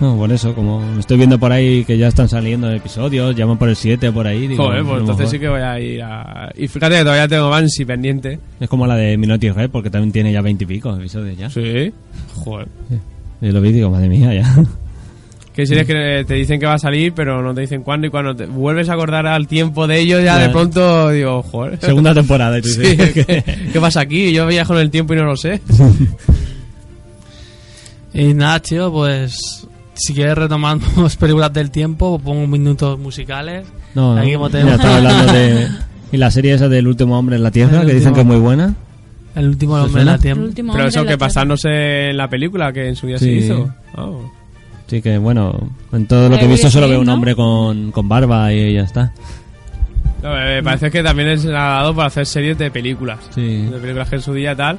[SPEAKER 4] No, por eso, como estoy viendo por ahí que ya están saliendo episodios, llaman por el 7 por ahí. digo,
[SPEAKER 5] Joder,
[SPEAKER 4] a
[SPEAKER 5] pues
[SPEAKER 4] lo
[SPEAKER 5] entonces sí
[SPEAKER 4] mejor.
[SPEAKER 5] que voy a ir a... Y fíjate que todavía tengo Banshee pendiente.
[SPEAKER 4] Es como la de Minority Red, porque también tiene ya 20 y pico episodios ya.
[SPEAKER 5] Sí. Joder.
[SPEAKER 4] Y lo vi y digo, madre mía, [laughs] ya.
[SPEAKER 5] Que
[SPEAKER 4] Mm.
[SPEAKER 5] series que te dicen que va a salir, pero no te dicen cuándo, y cuando te vuelves a acordar al tiempo de ello, ya
[SPEAKER 4] Ya.
[SPEAKER 5] de pronto digo, joder. [laughs]
[SPEAKER 4] Segunda temporada y tú
[SPEAKER 5] Sí,
[SPEAKER 4] dices [laughs]
[SPEAKER 5] ¿qué, qué pasa aquí? Yo viajo en el tiempo y no lo sé.
[SPEAKER 3] Y nada, tío, pues si quieres [laughs] retomamos películas del tiempo, pongo minutos musicales.
[SPEAKER 4] No,
[SPEAKER 3] Aquí como tenemos-
[SPEAKER 4] mira, estaba hablando de... Y la serie esa del último hombre en la Tierra,
[SPEAKER 3] El
[SPEAKER 4] que dicen
[SPEAKER 3] último-
[SPEAKER 4] que es muy buena.
[SPEAKER 3] El último
[SPEAKER 4] ¿Te
[SPEAKER 3] hombre de la
[SPEAKER 4] suena?
[SPEAKER 2] El
[SPEAKER 3] tiempo.
[SPEAKER 2] último
[SPEAKER 5] Pero
[SPEAKER 2] hombre
[SPEAKER 5] eso
[SPEAKER 2] en la
[SPEAKER 5] que
[SPEAKER 2] Tierra.
[SPEAKER 5] pasándose en la película que en su día se
[SPEAKER 4] Sí.
[SPEAKER 5] hizo. Oh.
[SPEAKER 4] Sí, que bueno, en todo lo que he visto solo veo un hombre con, con barba y ya está.
[SPEAKER 5] No, me me parece que también es dado para hacer series de películas.
[SPEAKER 4] Sí.
[SPEAKER 5] De películas que en su día tal.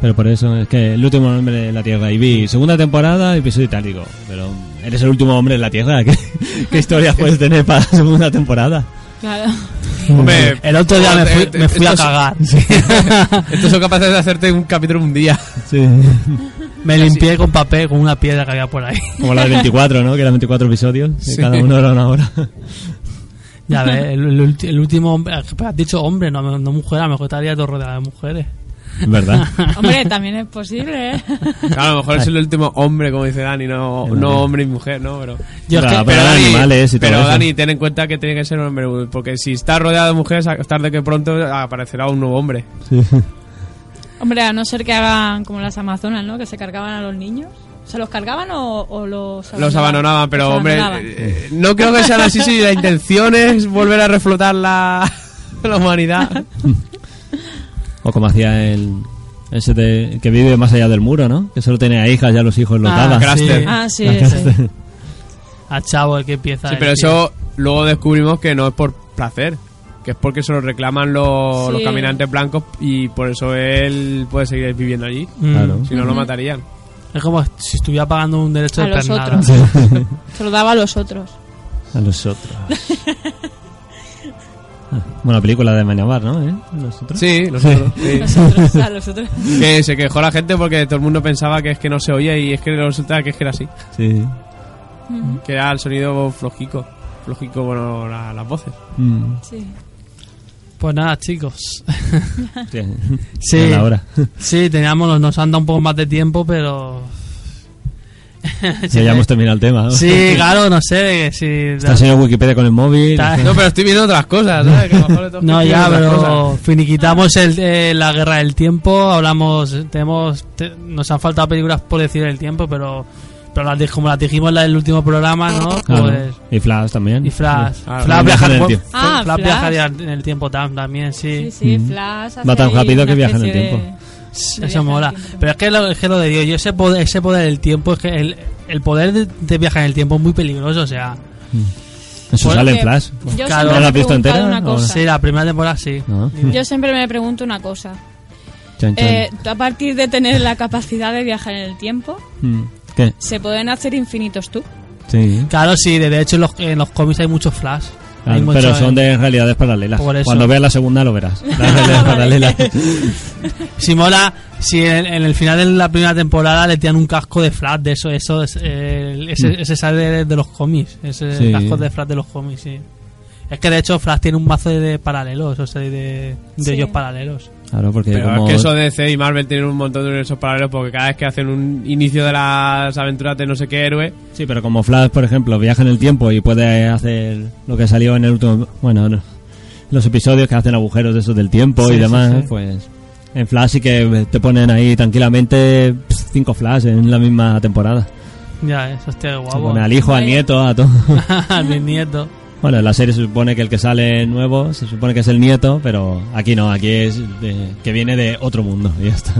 [SPEAKER 4] Pero por eso es que el último hombre de la Tierra. Y vi segunda temporada, episodio itálico. Pero eres el último hombre de la Tierra. ¿Qué, [laughs] qué historias puedes tener para la segunda temporada?
[SPEAKER 2] Claro. [laughs]
[SPEAKER 4] Mm. [laughs]
[SPEAKER 5] Hombre,
[SPEAKER 3] El otro día me
[SPEAKER 5] joder,
[SPEAKER 3] fui,
[SPEAKER 5] te-
[SPEAKER 3] me fui a
[SPEAKER 5] estos-
[SPEAKER 3] cagar.
[SPEAKER 5] [laughs] Estos son capaces de hacerte un capítulo en un
[SPEAKER 4] [laughs]
[SPEAKER 5] día.
[SPEAKER 4] Sí.
[SPEAKER 3] Me limpié con papel, con una piedra que había por ahí.
[SPEAKER 4] Como la de 24, ¿no? Que eran 24 episodios. que
[SPEAKER 5] Sí.
[SPEAKER 4] Cada uno era
[SPEAKER 3] [laughs]
[SPEAKER 4] una hora.
[SPEAKER 5] [laughs]
[SPEAKER 3] Ya ves, el, el ulti- el último hombre, ah, has dicho hombre, no, no mujer, a lo mejor estaría todo rodeado de mujeres.
[SPEAKER 4] ¿Verdad?
[SPEAKER 2] Hombre, también es posible, ¿eh? [laughs]
[SPEAKER 5] Claro, a lo mejor es el último hombre, como dice Dani, no,
[SPEAKER 4] El
[SPEAKER 5] no
[SPEAKER 4] hombre.
[SPEAKER 5] hombre y mujer, ¿no? Pero,
[SPEAKER 3] Yo es
[SPEAKER 4] Claro,
[SPEAKER 3] que-
[SPEAKER 4] Ah, pero eran
[SPEAKER 5] Dani-
[SPEAKER 4] animales y todo
[SPEAKER 5] pero
[SPEAKER 4] eso.
[SPEAKER 5] Dani, ten en cuenta que tiene que ser un hombre, porque si está rodeado de mujeres, a- tarde que pronto aparecerá un nuevo hombre.
[SPEAKER 2] Hombre, a no ser que hagan como las Amazonas, ¿no? Que se cargaban a los niños. ¿Se los cargaban o, o los
[SPEAKER 5] Los abandonaban, pero
[SPEAKER 2] Los
[SPEAKER 5] hombre,
[SPEAKER 2] abandonaban.
[SPEAKER 5] eh, no creo que sean así si la intención es volver a reflotar la, [laughs] la humanidad.
[SPEAKER 4] O como hacía el. Ese de- que vive más allá del muro, ¿no? Que solo tenía hijas, ya los hijos los
[SPEAKER 3] Ah,
[SPEAKER 4] daba. [laughs]
[SPEAKER 5] Craster.
[SPEAKER 2] Ah, sí, sí.
[SPEAKER 4] Craster.
[SPEAKER 3] a Chavo el que empieza.
[SPEAKER 5] Sí,
[SPEAKER 3] el
[SPEAKER 5] pero
[SPEAKER 3] tío.
[SPEAKER 5] eso luego descubrimos que no es por placer, que es porque se lo reclaman los,
[SPEAKER 2] Sí.
[SPEAKER 5] los caminantes blancos y por eso él puede seguir viviendo allí.
[SPEAKER 3] Mm,
[SPEAKER 4] Claro.
[SPEAKER 5] Si no, lo matarían.
[SPEAKER 3] Es como si estuviera pagando un derecho
[SPEAKER 2] A
[SPEAKER 3] de
[SPEAKER 2] los
[SPEAKER 3] pernada.
[SPEAKER 2] otros. [laughs] Se lo daba a los otros.
[SPEAKER 4] A los
[SPEAKER 2] [laughs]
[SPEAKER 4] otros. Ah, Buena película de Maniabar, ¿no? ¿Eh? Los otros.
[SPEAKER 5] Sí, los otros. sí.
[SPEAKER 2] Los otros, a los otros.
[SPEAKER 5] Que se quejó la gente porque todo el mundo pensaba que es que no se oía y es que resulta que es que era así.
[SPEAKER 4] Sí.
[SPEAKER 2] Ujú,
[SPEAKER 5] Que era el sonido flojico. Flojico, bueno, la- las voces.
[SPEAKER 4] Mm,
[SPEAKER 2] Sí.
[SPEAKER 3] Pues nada, chicos. [laughs]
[SPEAKER 4] sí.
[SPEAKER 3] Sí.
[SPEAKER 4] A la hora.
[SPEAKER 3] [laughs] Sí, teníamos, nos han dado un poco más de tiempo, pero.
[SPEAKER 4] Ya hemos terminado el tema. ¿no?
[SPEAKER 3] Sí, claro, no sé. Si,
[SPEAKER 4] Está el señor Wikipedia con el móvil.
[SPEAKER 3] Está- pues,
[SPEAKER 4] está-
[SPEAKER 5] [laughs] No, pero estoy viendo otras cosas, ¿sabes? Que a lo mejor le toca
[SPEAKER 3] No,
[SPEAKER 5] escribir
[SPEAKER 3] ya,
[SPEAKER 5] otras
[SPEAKER 3] pero
[SPEAKER 5] cosas.
[SPEAKER 3] finiquitamos el, eh, la guerra del tiempo. Hablamos, tenemos, te- nos han faltado películas por decir el tiempo, pero, pero las, di- como las dijimos en la- el último programa, ¿no?
[SPEAKER 4] claro.
[SPEAKER 3] Pues,
[SPEAKER 4] Ah, Y Flash también.
[SPEAKER 3] y Flash.
[SPEAKER 5] Ah,
[SPEAKER 3] Flash
[SPEAKER 4] Flash
[SPEAKER 3] viaja en el
[SPEAKER 4] en el
[SPEAKER 3] tiempo.
[SPEAKER 4] tiempo.
[SPEAKER 2] Ah,
[SPEAKER 3] Flash
[SPEAKER 2] Flash.
[SPEAKER 3] viaja en el tiempo tam- también,
[SPEAKER 2] Sí,
[SPEAKER 3] sí.
[SPEAKER 2] sí,
[SPEAKER 4] Mm.
[SPEAKER 2] Flash.
[SPEAKER 4] Va
[SPEAKER 2] hace
[SPEAKER 4] tan
[SPEAKER 2] ahí
[SPEAKER 4] rápido que
[SPEAKER 2] una
[SPEAKER 4] viaja en el
[SPEAKER 2] especie de-
[SPEAKER 4] tiempo.
[SPEAKER 2] de viaje
[SPEAKER 3] Eso
[SPEAKER 2] en el
[SPEAKER 3] mola.
[SPEAKER 2] tiempo.
[SPEAKER 3] Pero es que lo, es que lo de Dios, yo ese poder, ese poder del tiempo, es que el, el poder de, de viajar en el tiempo es muy peligroso, o sea.
[SPEAKER 4] Eso
[SPEAKER 3] Pues,
[SPEAKER 2] Bueno,
[SPEAKER 3] eh,
[SPEAKER 4] sale en
[SPEAKER 2] que
[SPEAKER 4] Flash.
[SPEAKER 2] Yo
[SPEAKER 3] Claro.
[SPEAKER 2] siempre
[SPEAKER 3] ¿No
[SPEAKER 4] la
[SPEAKER 2] me
[SPEAKER 4] has
[SPEAKER 2] he
[SPEAKER 4] visto
[SPEAKER 2] preguntado
[SPEAKER 4] entera?
[SPEAKER 2] una
[SPEAKER 4] Ahora.
[SPEAKER 2] cosa.
[SPEAKER 3] Sí, la primera temporada sí.
[SPEAKER 4] Ah.
[SPEAKER 2] Yo siempre me pregunto una cosa.
[SPEAKER 4] Chan, chan.
[SPEAKER 2] Eh, tú a partir de tener la capacidad de viajar en el tiempo,
[SPEAKER 4] Mm. ¿Qué?
[SPEAKER 2] se pueden hacer infinitos tú.
[SPEAKER 4] Sí.
[SPEAKER 3] Claro, sí, de, de hecho en los, en los cómics hay muchos flash.
[SPEAKER 4] Claro,
[SPEAKER 3] Hay mucho- eh.
[SPEAKER 4] pero son de realidades paralelas.
[SPEAKER 3] Por eso.
[SPEAKER 4] Cuando veas la segunda lo
[SPEAKER 3] [laughs]
[SPEAKER 4] verás. Las realidades paralelas.
[SPEAKER 3] Si mola, si en, en el final de la primera temporada le tiran un casco de flash, de eso, eso es, eh, ese, ese sale de, de los cómics, ese
[SPEAKER 4] Mm. Sí.
[SPEAKER 3] casco de flash de los cómics, sí. Es que de hecho Flash tiene un mazo de paralelos, o sea, de, de
[SPEAKER 2] Sí.
[SPEAKER 3] ellos paralelos.
[SPEAKER 4] Claro, porque
[SPEAKER 5] Pero
[SPEAKER 4] como...
[SPEAKER 5] es que eso de DC y Marvel tienen un montón de universos paralelos porque cada vez que hacen un inicio de las aventuras de no sé qué héroe,
[SPEAKER 4] Sí, pero como Flash, por ejemplo, viaja en el tiempo y puede hacer lo que salió en el último... Bueno, no, los episodios que hacen agujeros de esos del tiempo
[SPEAKER 3] Sí,
[SPEAKER 4] y
[SPEAKER 3] sí,
[SPEAKER 4] demás,
[SPEAKER 3] sí.
[SPEAKER 4] pues... En Flash sí que te ponen ahí tranquilamente pss, cinco Flash en la misma temporada.
[SPEAKER 3] Ya, eso está
[SPEAKER 4] Se
[SPEAKER 3] guapo. [laughs]
[SPEAKER 4] pone al hijo, al
[SPEAKER 2] Vaya.
[SPEAKER 4] nieto, a todo. [laughs]
[SPEAKER 3] Mi nieto.
[SPEAKER 4] Bueno, en la serie se supone que el que sale nuevo se supone que es el nieto, pero aquí no, aquí es de- que viene de otro mundo y ya está.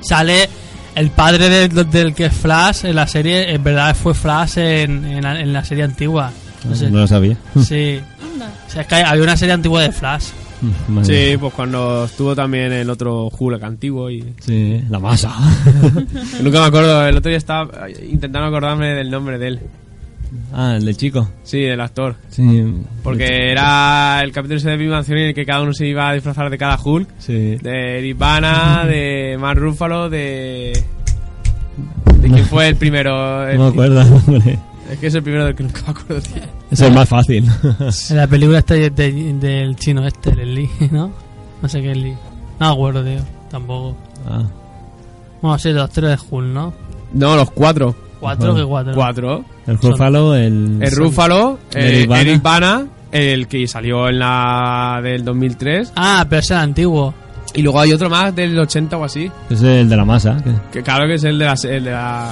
[SPEAKER 3] Sale el padre del, del que es Flash en la serie, en verdad fue Flash en, en la- en la serie antigua. Entonces,
[SPEAKER 4] No lo sabía.
[SPEAKER 3] Sí. O sea, es que hay- había una serie antigua de Flash.
[SPEAKER 4] Madre mía.
[SPEAKER 5] sí, pues cuando estuvo también el otro Hulk antiguo y...
[SPEAKER 4] Sí, la masa.
[SPEAKER 5] Nunca me acuerdo, el otro día estaba eh, intentando acordarme del nombre de él.
[SPEAKER 4] ah, el del chico.
[SPEAKER 5] Sí, del actor.
[SPEAKER 4] Sí.
[SPEAKER 5] Porque era el capítulo ese de Big Bang Theory en el que cada uno se iba a disfrazar de cada Hulk.
[SPEAKER 4] Sí.
[SPEAKER 5] De Nirvana, de Mark Ruffalo, de... ¿De quién fue el primero? El-
[SPEAKER 4] No me acuerdo, hombre.
[SPEAKER 5] Es que es el primero del que nunca me acuerdo, tío.
[SPEAKER 4] Eso es más fácil.
[SPEAKER 3] En la película esta de- de- del chino este, del Lee, [laughs] ¿no? No sé qué es Lee. No me acuerdo, tío. Tampoco.
[SPEAKER 4] Ah,
[SPEAKER 3] Bueno, sí, los tres de Hulk, ¿no?
[SPEAKER 5] No, los cuatro.
[SPEAKER 3] Cuatro que cuatro.
[SPEAKER 5] Cuatro.
[SPEAKER 4] el Hurfalo, el.
[SPEAKER 5] El Rúfalo,
[SPEAKER 4] El
[SPEAKER 5] el
[SPEAKER 4] Eric Bana.
[SPEAKER 5] Eric Bana, el que salió en la del 2003.
[SPEAKER 3] Ah, pero ese era antiguo.
[SPEAKER 5] Y luego hay otro más del 80 o así.
[SPEAKER 4] Es el de la masa. que-
[SPEAKER 5] Que claro que es el de la... El de la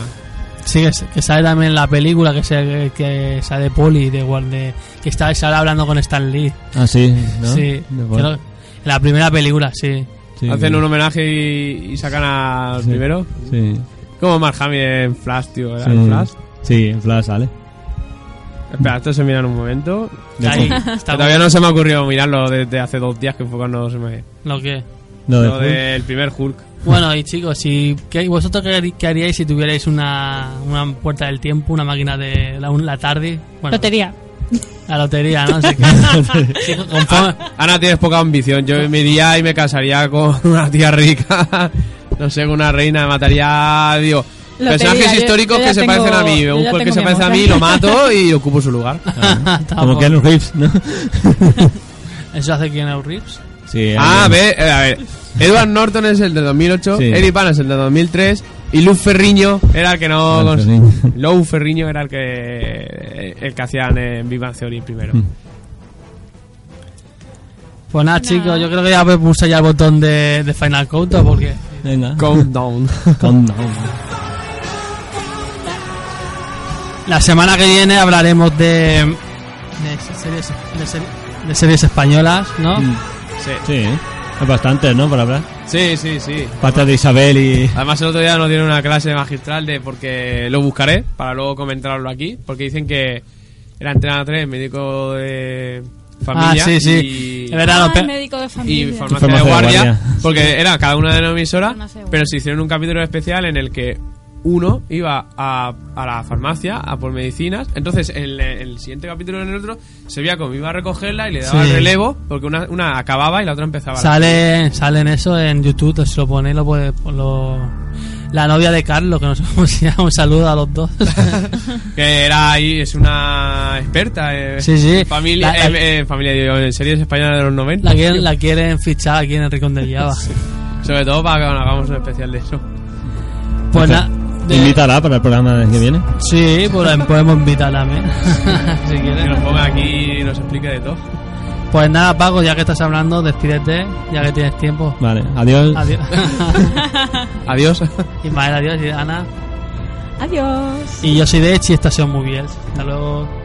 [SPEAKER 3] Sí, que, que sale también en la película que, se, que sale Polly, de, War- de- que está, sale hablando con Stan Lee.
[SPEAKER 4] Ah, sí. ¿no?
[SPEAKER 3] Sí.
[SPEAKER 4] De
[SPEAKER 3] que no-
[SPEAKER 4] acuerdo.
[SPEAKER 3] en la primera película, sí.
[SPEAKER 4] Sí,
[SPEAKER 5] hacen un homenaje y, y sacan al
[SPEAKER 4] Sí.
[SPEAKER 5] primero.
[SPEAKER 4] Sí.
[SPEAKER 5] Como Mark Hamill en Flash, tío. ¿verdad?
[SPEAKER 4] Sí.
[SPEAKER 5] En Flash.
[SPEAKER 4] Sí, en Flash sale.
[SPEAKER 5] Espera, esto se mira en un momento.
[SPEAKER 4] De
[SPEAKER 3] Ahí,
[SPEAKER 4] hecho,
[SPEAKER 3] está
[SPEAKER 5] Que Todavía no se me ha ocurrido mirarlo desde hace dos días que fue cuando se me...
[SPEAKER 3] Lo que...
[SPEAKER 4] Lo de
[SPEAKER 5] Lo del primer Hulk.
[SPEAKER 3] Bueno, y chicos, si, ¿qué, ¿vosotros qué, harí- qué haríais si tuvierais una, una puerta del tiempo, una máquina de la, un- la tarde? Bueno,
[SPEAKER 2] Lotería.
[SPEAKER 3] La lotería, ¿no? Así que- [laughs] sí, conforme-
[SPEAKER 5] Ana, tienes poca ambición. Yo me iría y me casaría con [laughs] una tía rica. No sé, con una reina. Mataría, digo,
[SPEAKER 2] Lo
[SPEAKER 5] personajes
[SPEAKER 2] pedía, yo-
[SPEAKER 5] históricos
[SPEAKER 2] yo ya
[SPEAKER 5] que se
[SPEAKER 2] tengo-
[SPEAKER 5] parecen a mí.
[SPEAKER 2] yo
[SPEAKER 5] Me
[SPEAKER 2] ya
[SPEAKER 5] busco el que
[SPEAKER 2] tengo
[SPEAKER 5] se
[SPEAKER 2] mi
[SPEAKER 5] parece a
[SPEAKER 2] amor.
[SPEAKER 5] mí, lo
[SPEAKER 2] [laughs]
[SPEAKER 5] mato y ocupo su lugar.
[SPEAKER 4] Ah,
[SPEAKER 5] [laughs]
[SPEAKER 4] Como
[SPEAKER 3] Tampoco.
[SPEAKER 4] Keanu Reeves, ¿no?
[SPEAKER 3] Eso hace que no rips.
[SPEAKER 4] Sí.
[SPEAKER 5] Ah,
[SPEAKER 4] ahí-
[SPEAKER 5] ve, eh, a ver. Edward Norton es el de 2008,
[SPEAKER 4] Sí.
[SPEAKER 5] Eric Bana es el de 2003 y Lou Ferriño era el que no...
[SPEAKER 4] Lou
[SPEAKER 5] cons-
[SPEAKER 4] Ferrigno.
[SPEAKER 5] Lou Ferriño era el que el que hacían en Big Bang Theory primero.
[SPEAKER 3] Pues nada, chicos, yo creo que ya voy a pulsar ya el botón de, de Final Cut ¿o? porque...
[SPEAKER 4] Venga.
[SPEAKER 5] [laughs] Countdown.
[SPEAKER 4] Countdown.
[SPEAKER 3] La semana que viene hablaremos de... De series, de serie- de series españolas, ¿no?
[SPEAKER 4] Mm.
[SPEAKER 5] Sí.
[SPEAKER 4] Sí, hay bastantes, ¿no? Para hablar.
[SPEAKER 5] sí, sí, sí.
[SPEAKER 4] Parte de Isabel y.
[SPEAKER 5] Además, el otro día nos dieron una clase magistral de porque lo buscaré para luego comentarlo aquí. Porque dicen que era entrenador 3, médico de familia.
[SPEAKER 3] ah, sí, sí.
[SPEAKER 5] Y,
[SPEAKER 3] Es verdad,
[SPEAKER 2] Ah,
[SPEAKER 3] lo pe-
[SPEAKER 2] el médico de
[SPEAKER 5] y
[SPEAKER 2] familia.
[SPEAKER 5] farmacia,
[SPEAKER 4] Farmacia
[SPEAKER 5] de
[SPEAKER 4] de
[SPEAKER 5] guardia.
[SPEAKER 4] guardia.
[SPEAKER 5] Porque era cada una de las emisoras.
[SPEAKER 2] Farmacia de guardia.
[SPEAKER 5] Pero se hicieron un capítulo especial en el que uno iba a, a la farmacia a por medicinas. Entonces, en el, el siguiente capítulo, en el otro, se veía cómo iba a recogerla y le daba
[SPEAKER 3] Sí.
[SPEAKER 5] el relevo. Porque una, una acababa y la otra empezaba.
[SPEAKER 3] Sale, sale en eso en YouTube, si lo ponéis, lo puede. lo- La novia de Carlos, que no sé cómo [laughs] se llama, un saludo a los dos.
[SPEAKER 5] Que era ahí, es una experta eh,
[SPEAKER 3] Sí, sí.
[SPEAKER 5] en familia,
[SPEAKER 3] La- la-
[SPEAKER 5] eh, en familia digo, en series españolas de los 90.
[SPEAKER 3] La quieren, la quieren fichar aquí en el Rincón del Java.
[SPEAKER 5] Sobre todo para que hagamos un especial de eso.
[SPEAKER 3] Pues
[SPEAKER 4] Ojo.
[SPEAKER 3] na- De-
[SPEAKER 4] Invitará para el programa que viene.
[SPEAKER 3] Sí, pues la podemos invitar también. [laughs] si
[SPEAKER 5] Que
[SPEAKER 3] quieres.
[SPEAKER 5] nos ponga aquí y nos explique de todo.
[SPEAKER 3] Pues nada, Paco, ya que estás hablando, despídete, ya que tienes tiempo.
[SPEAKER 4] Vale, adiós. [laughs]
[SPEAKER 3] Adiós.
[SPEAKER 5] Adiós. [laughs]
[SPEAKER 3] Ismael, adiós, y Ana.
[SPEAKER 8] Adiós.
[SPEAKER 3] Y yo soy de Echi, esta ha sido muy bien. Hasta luego.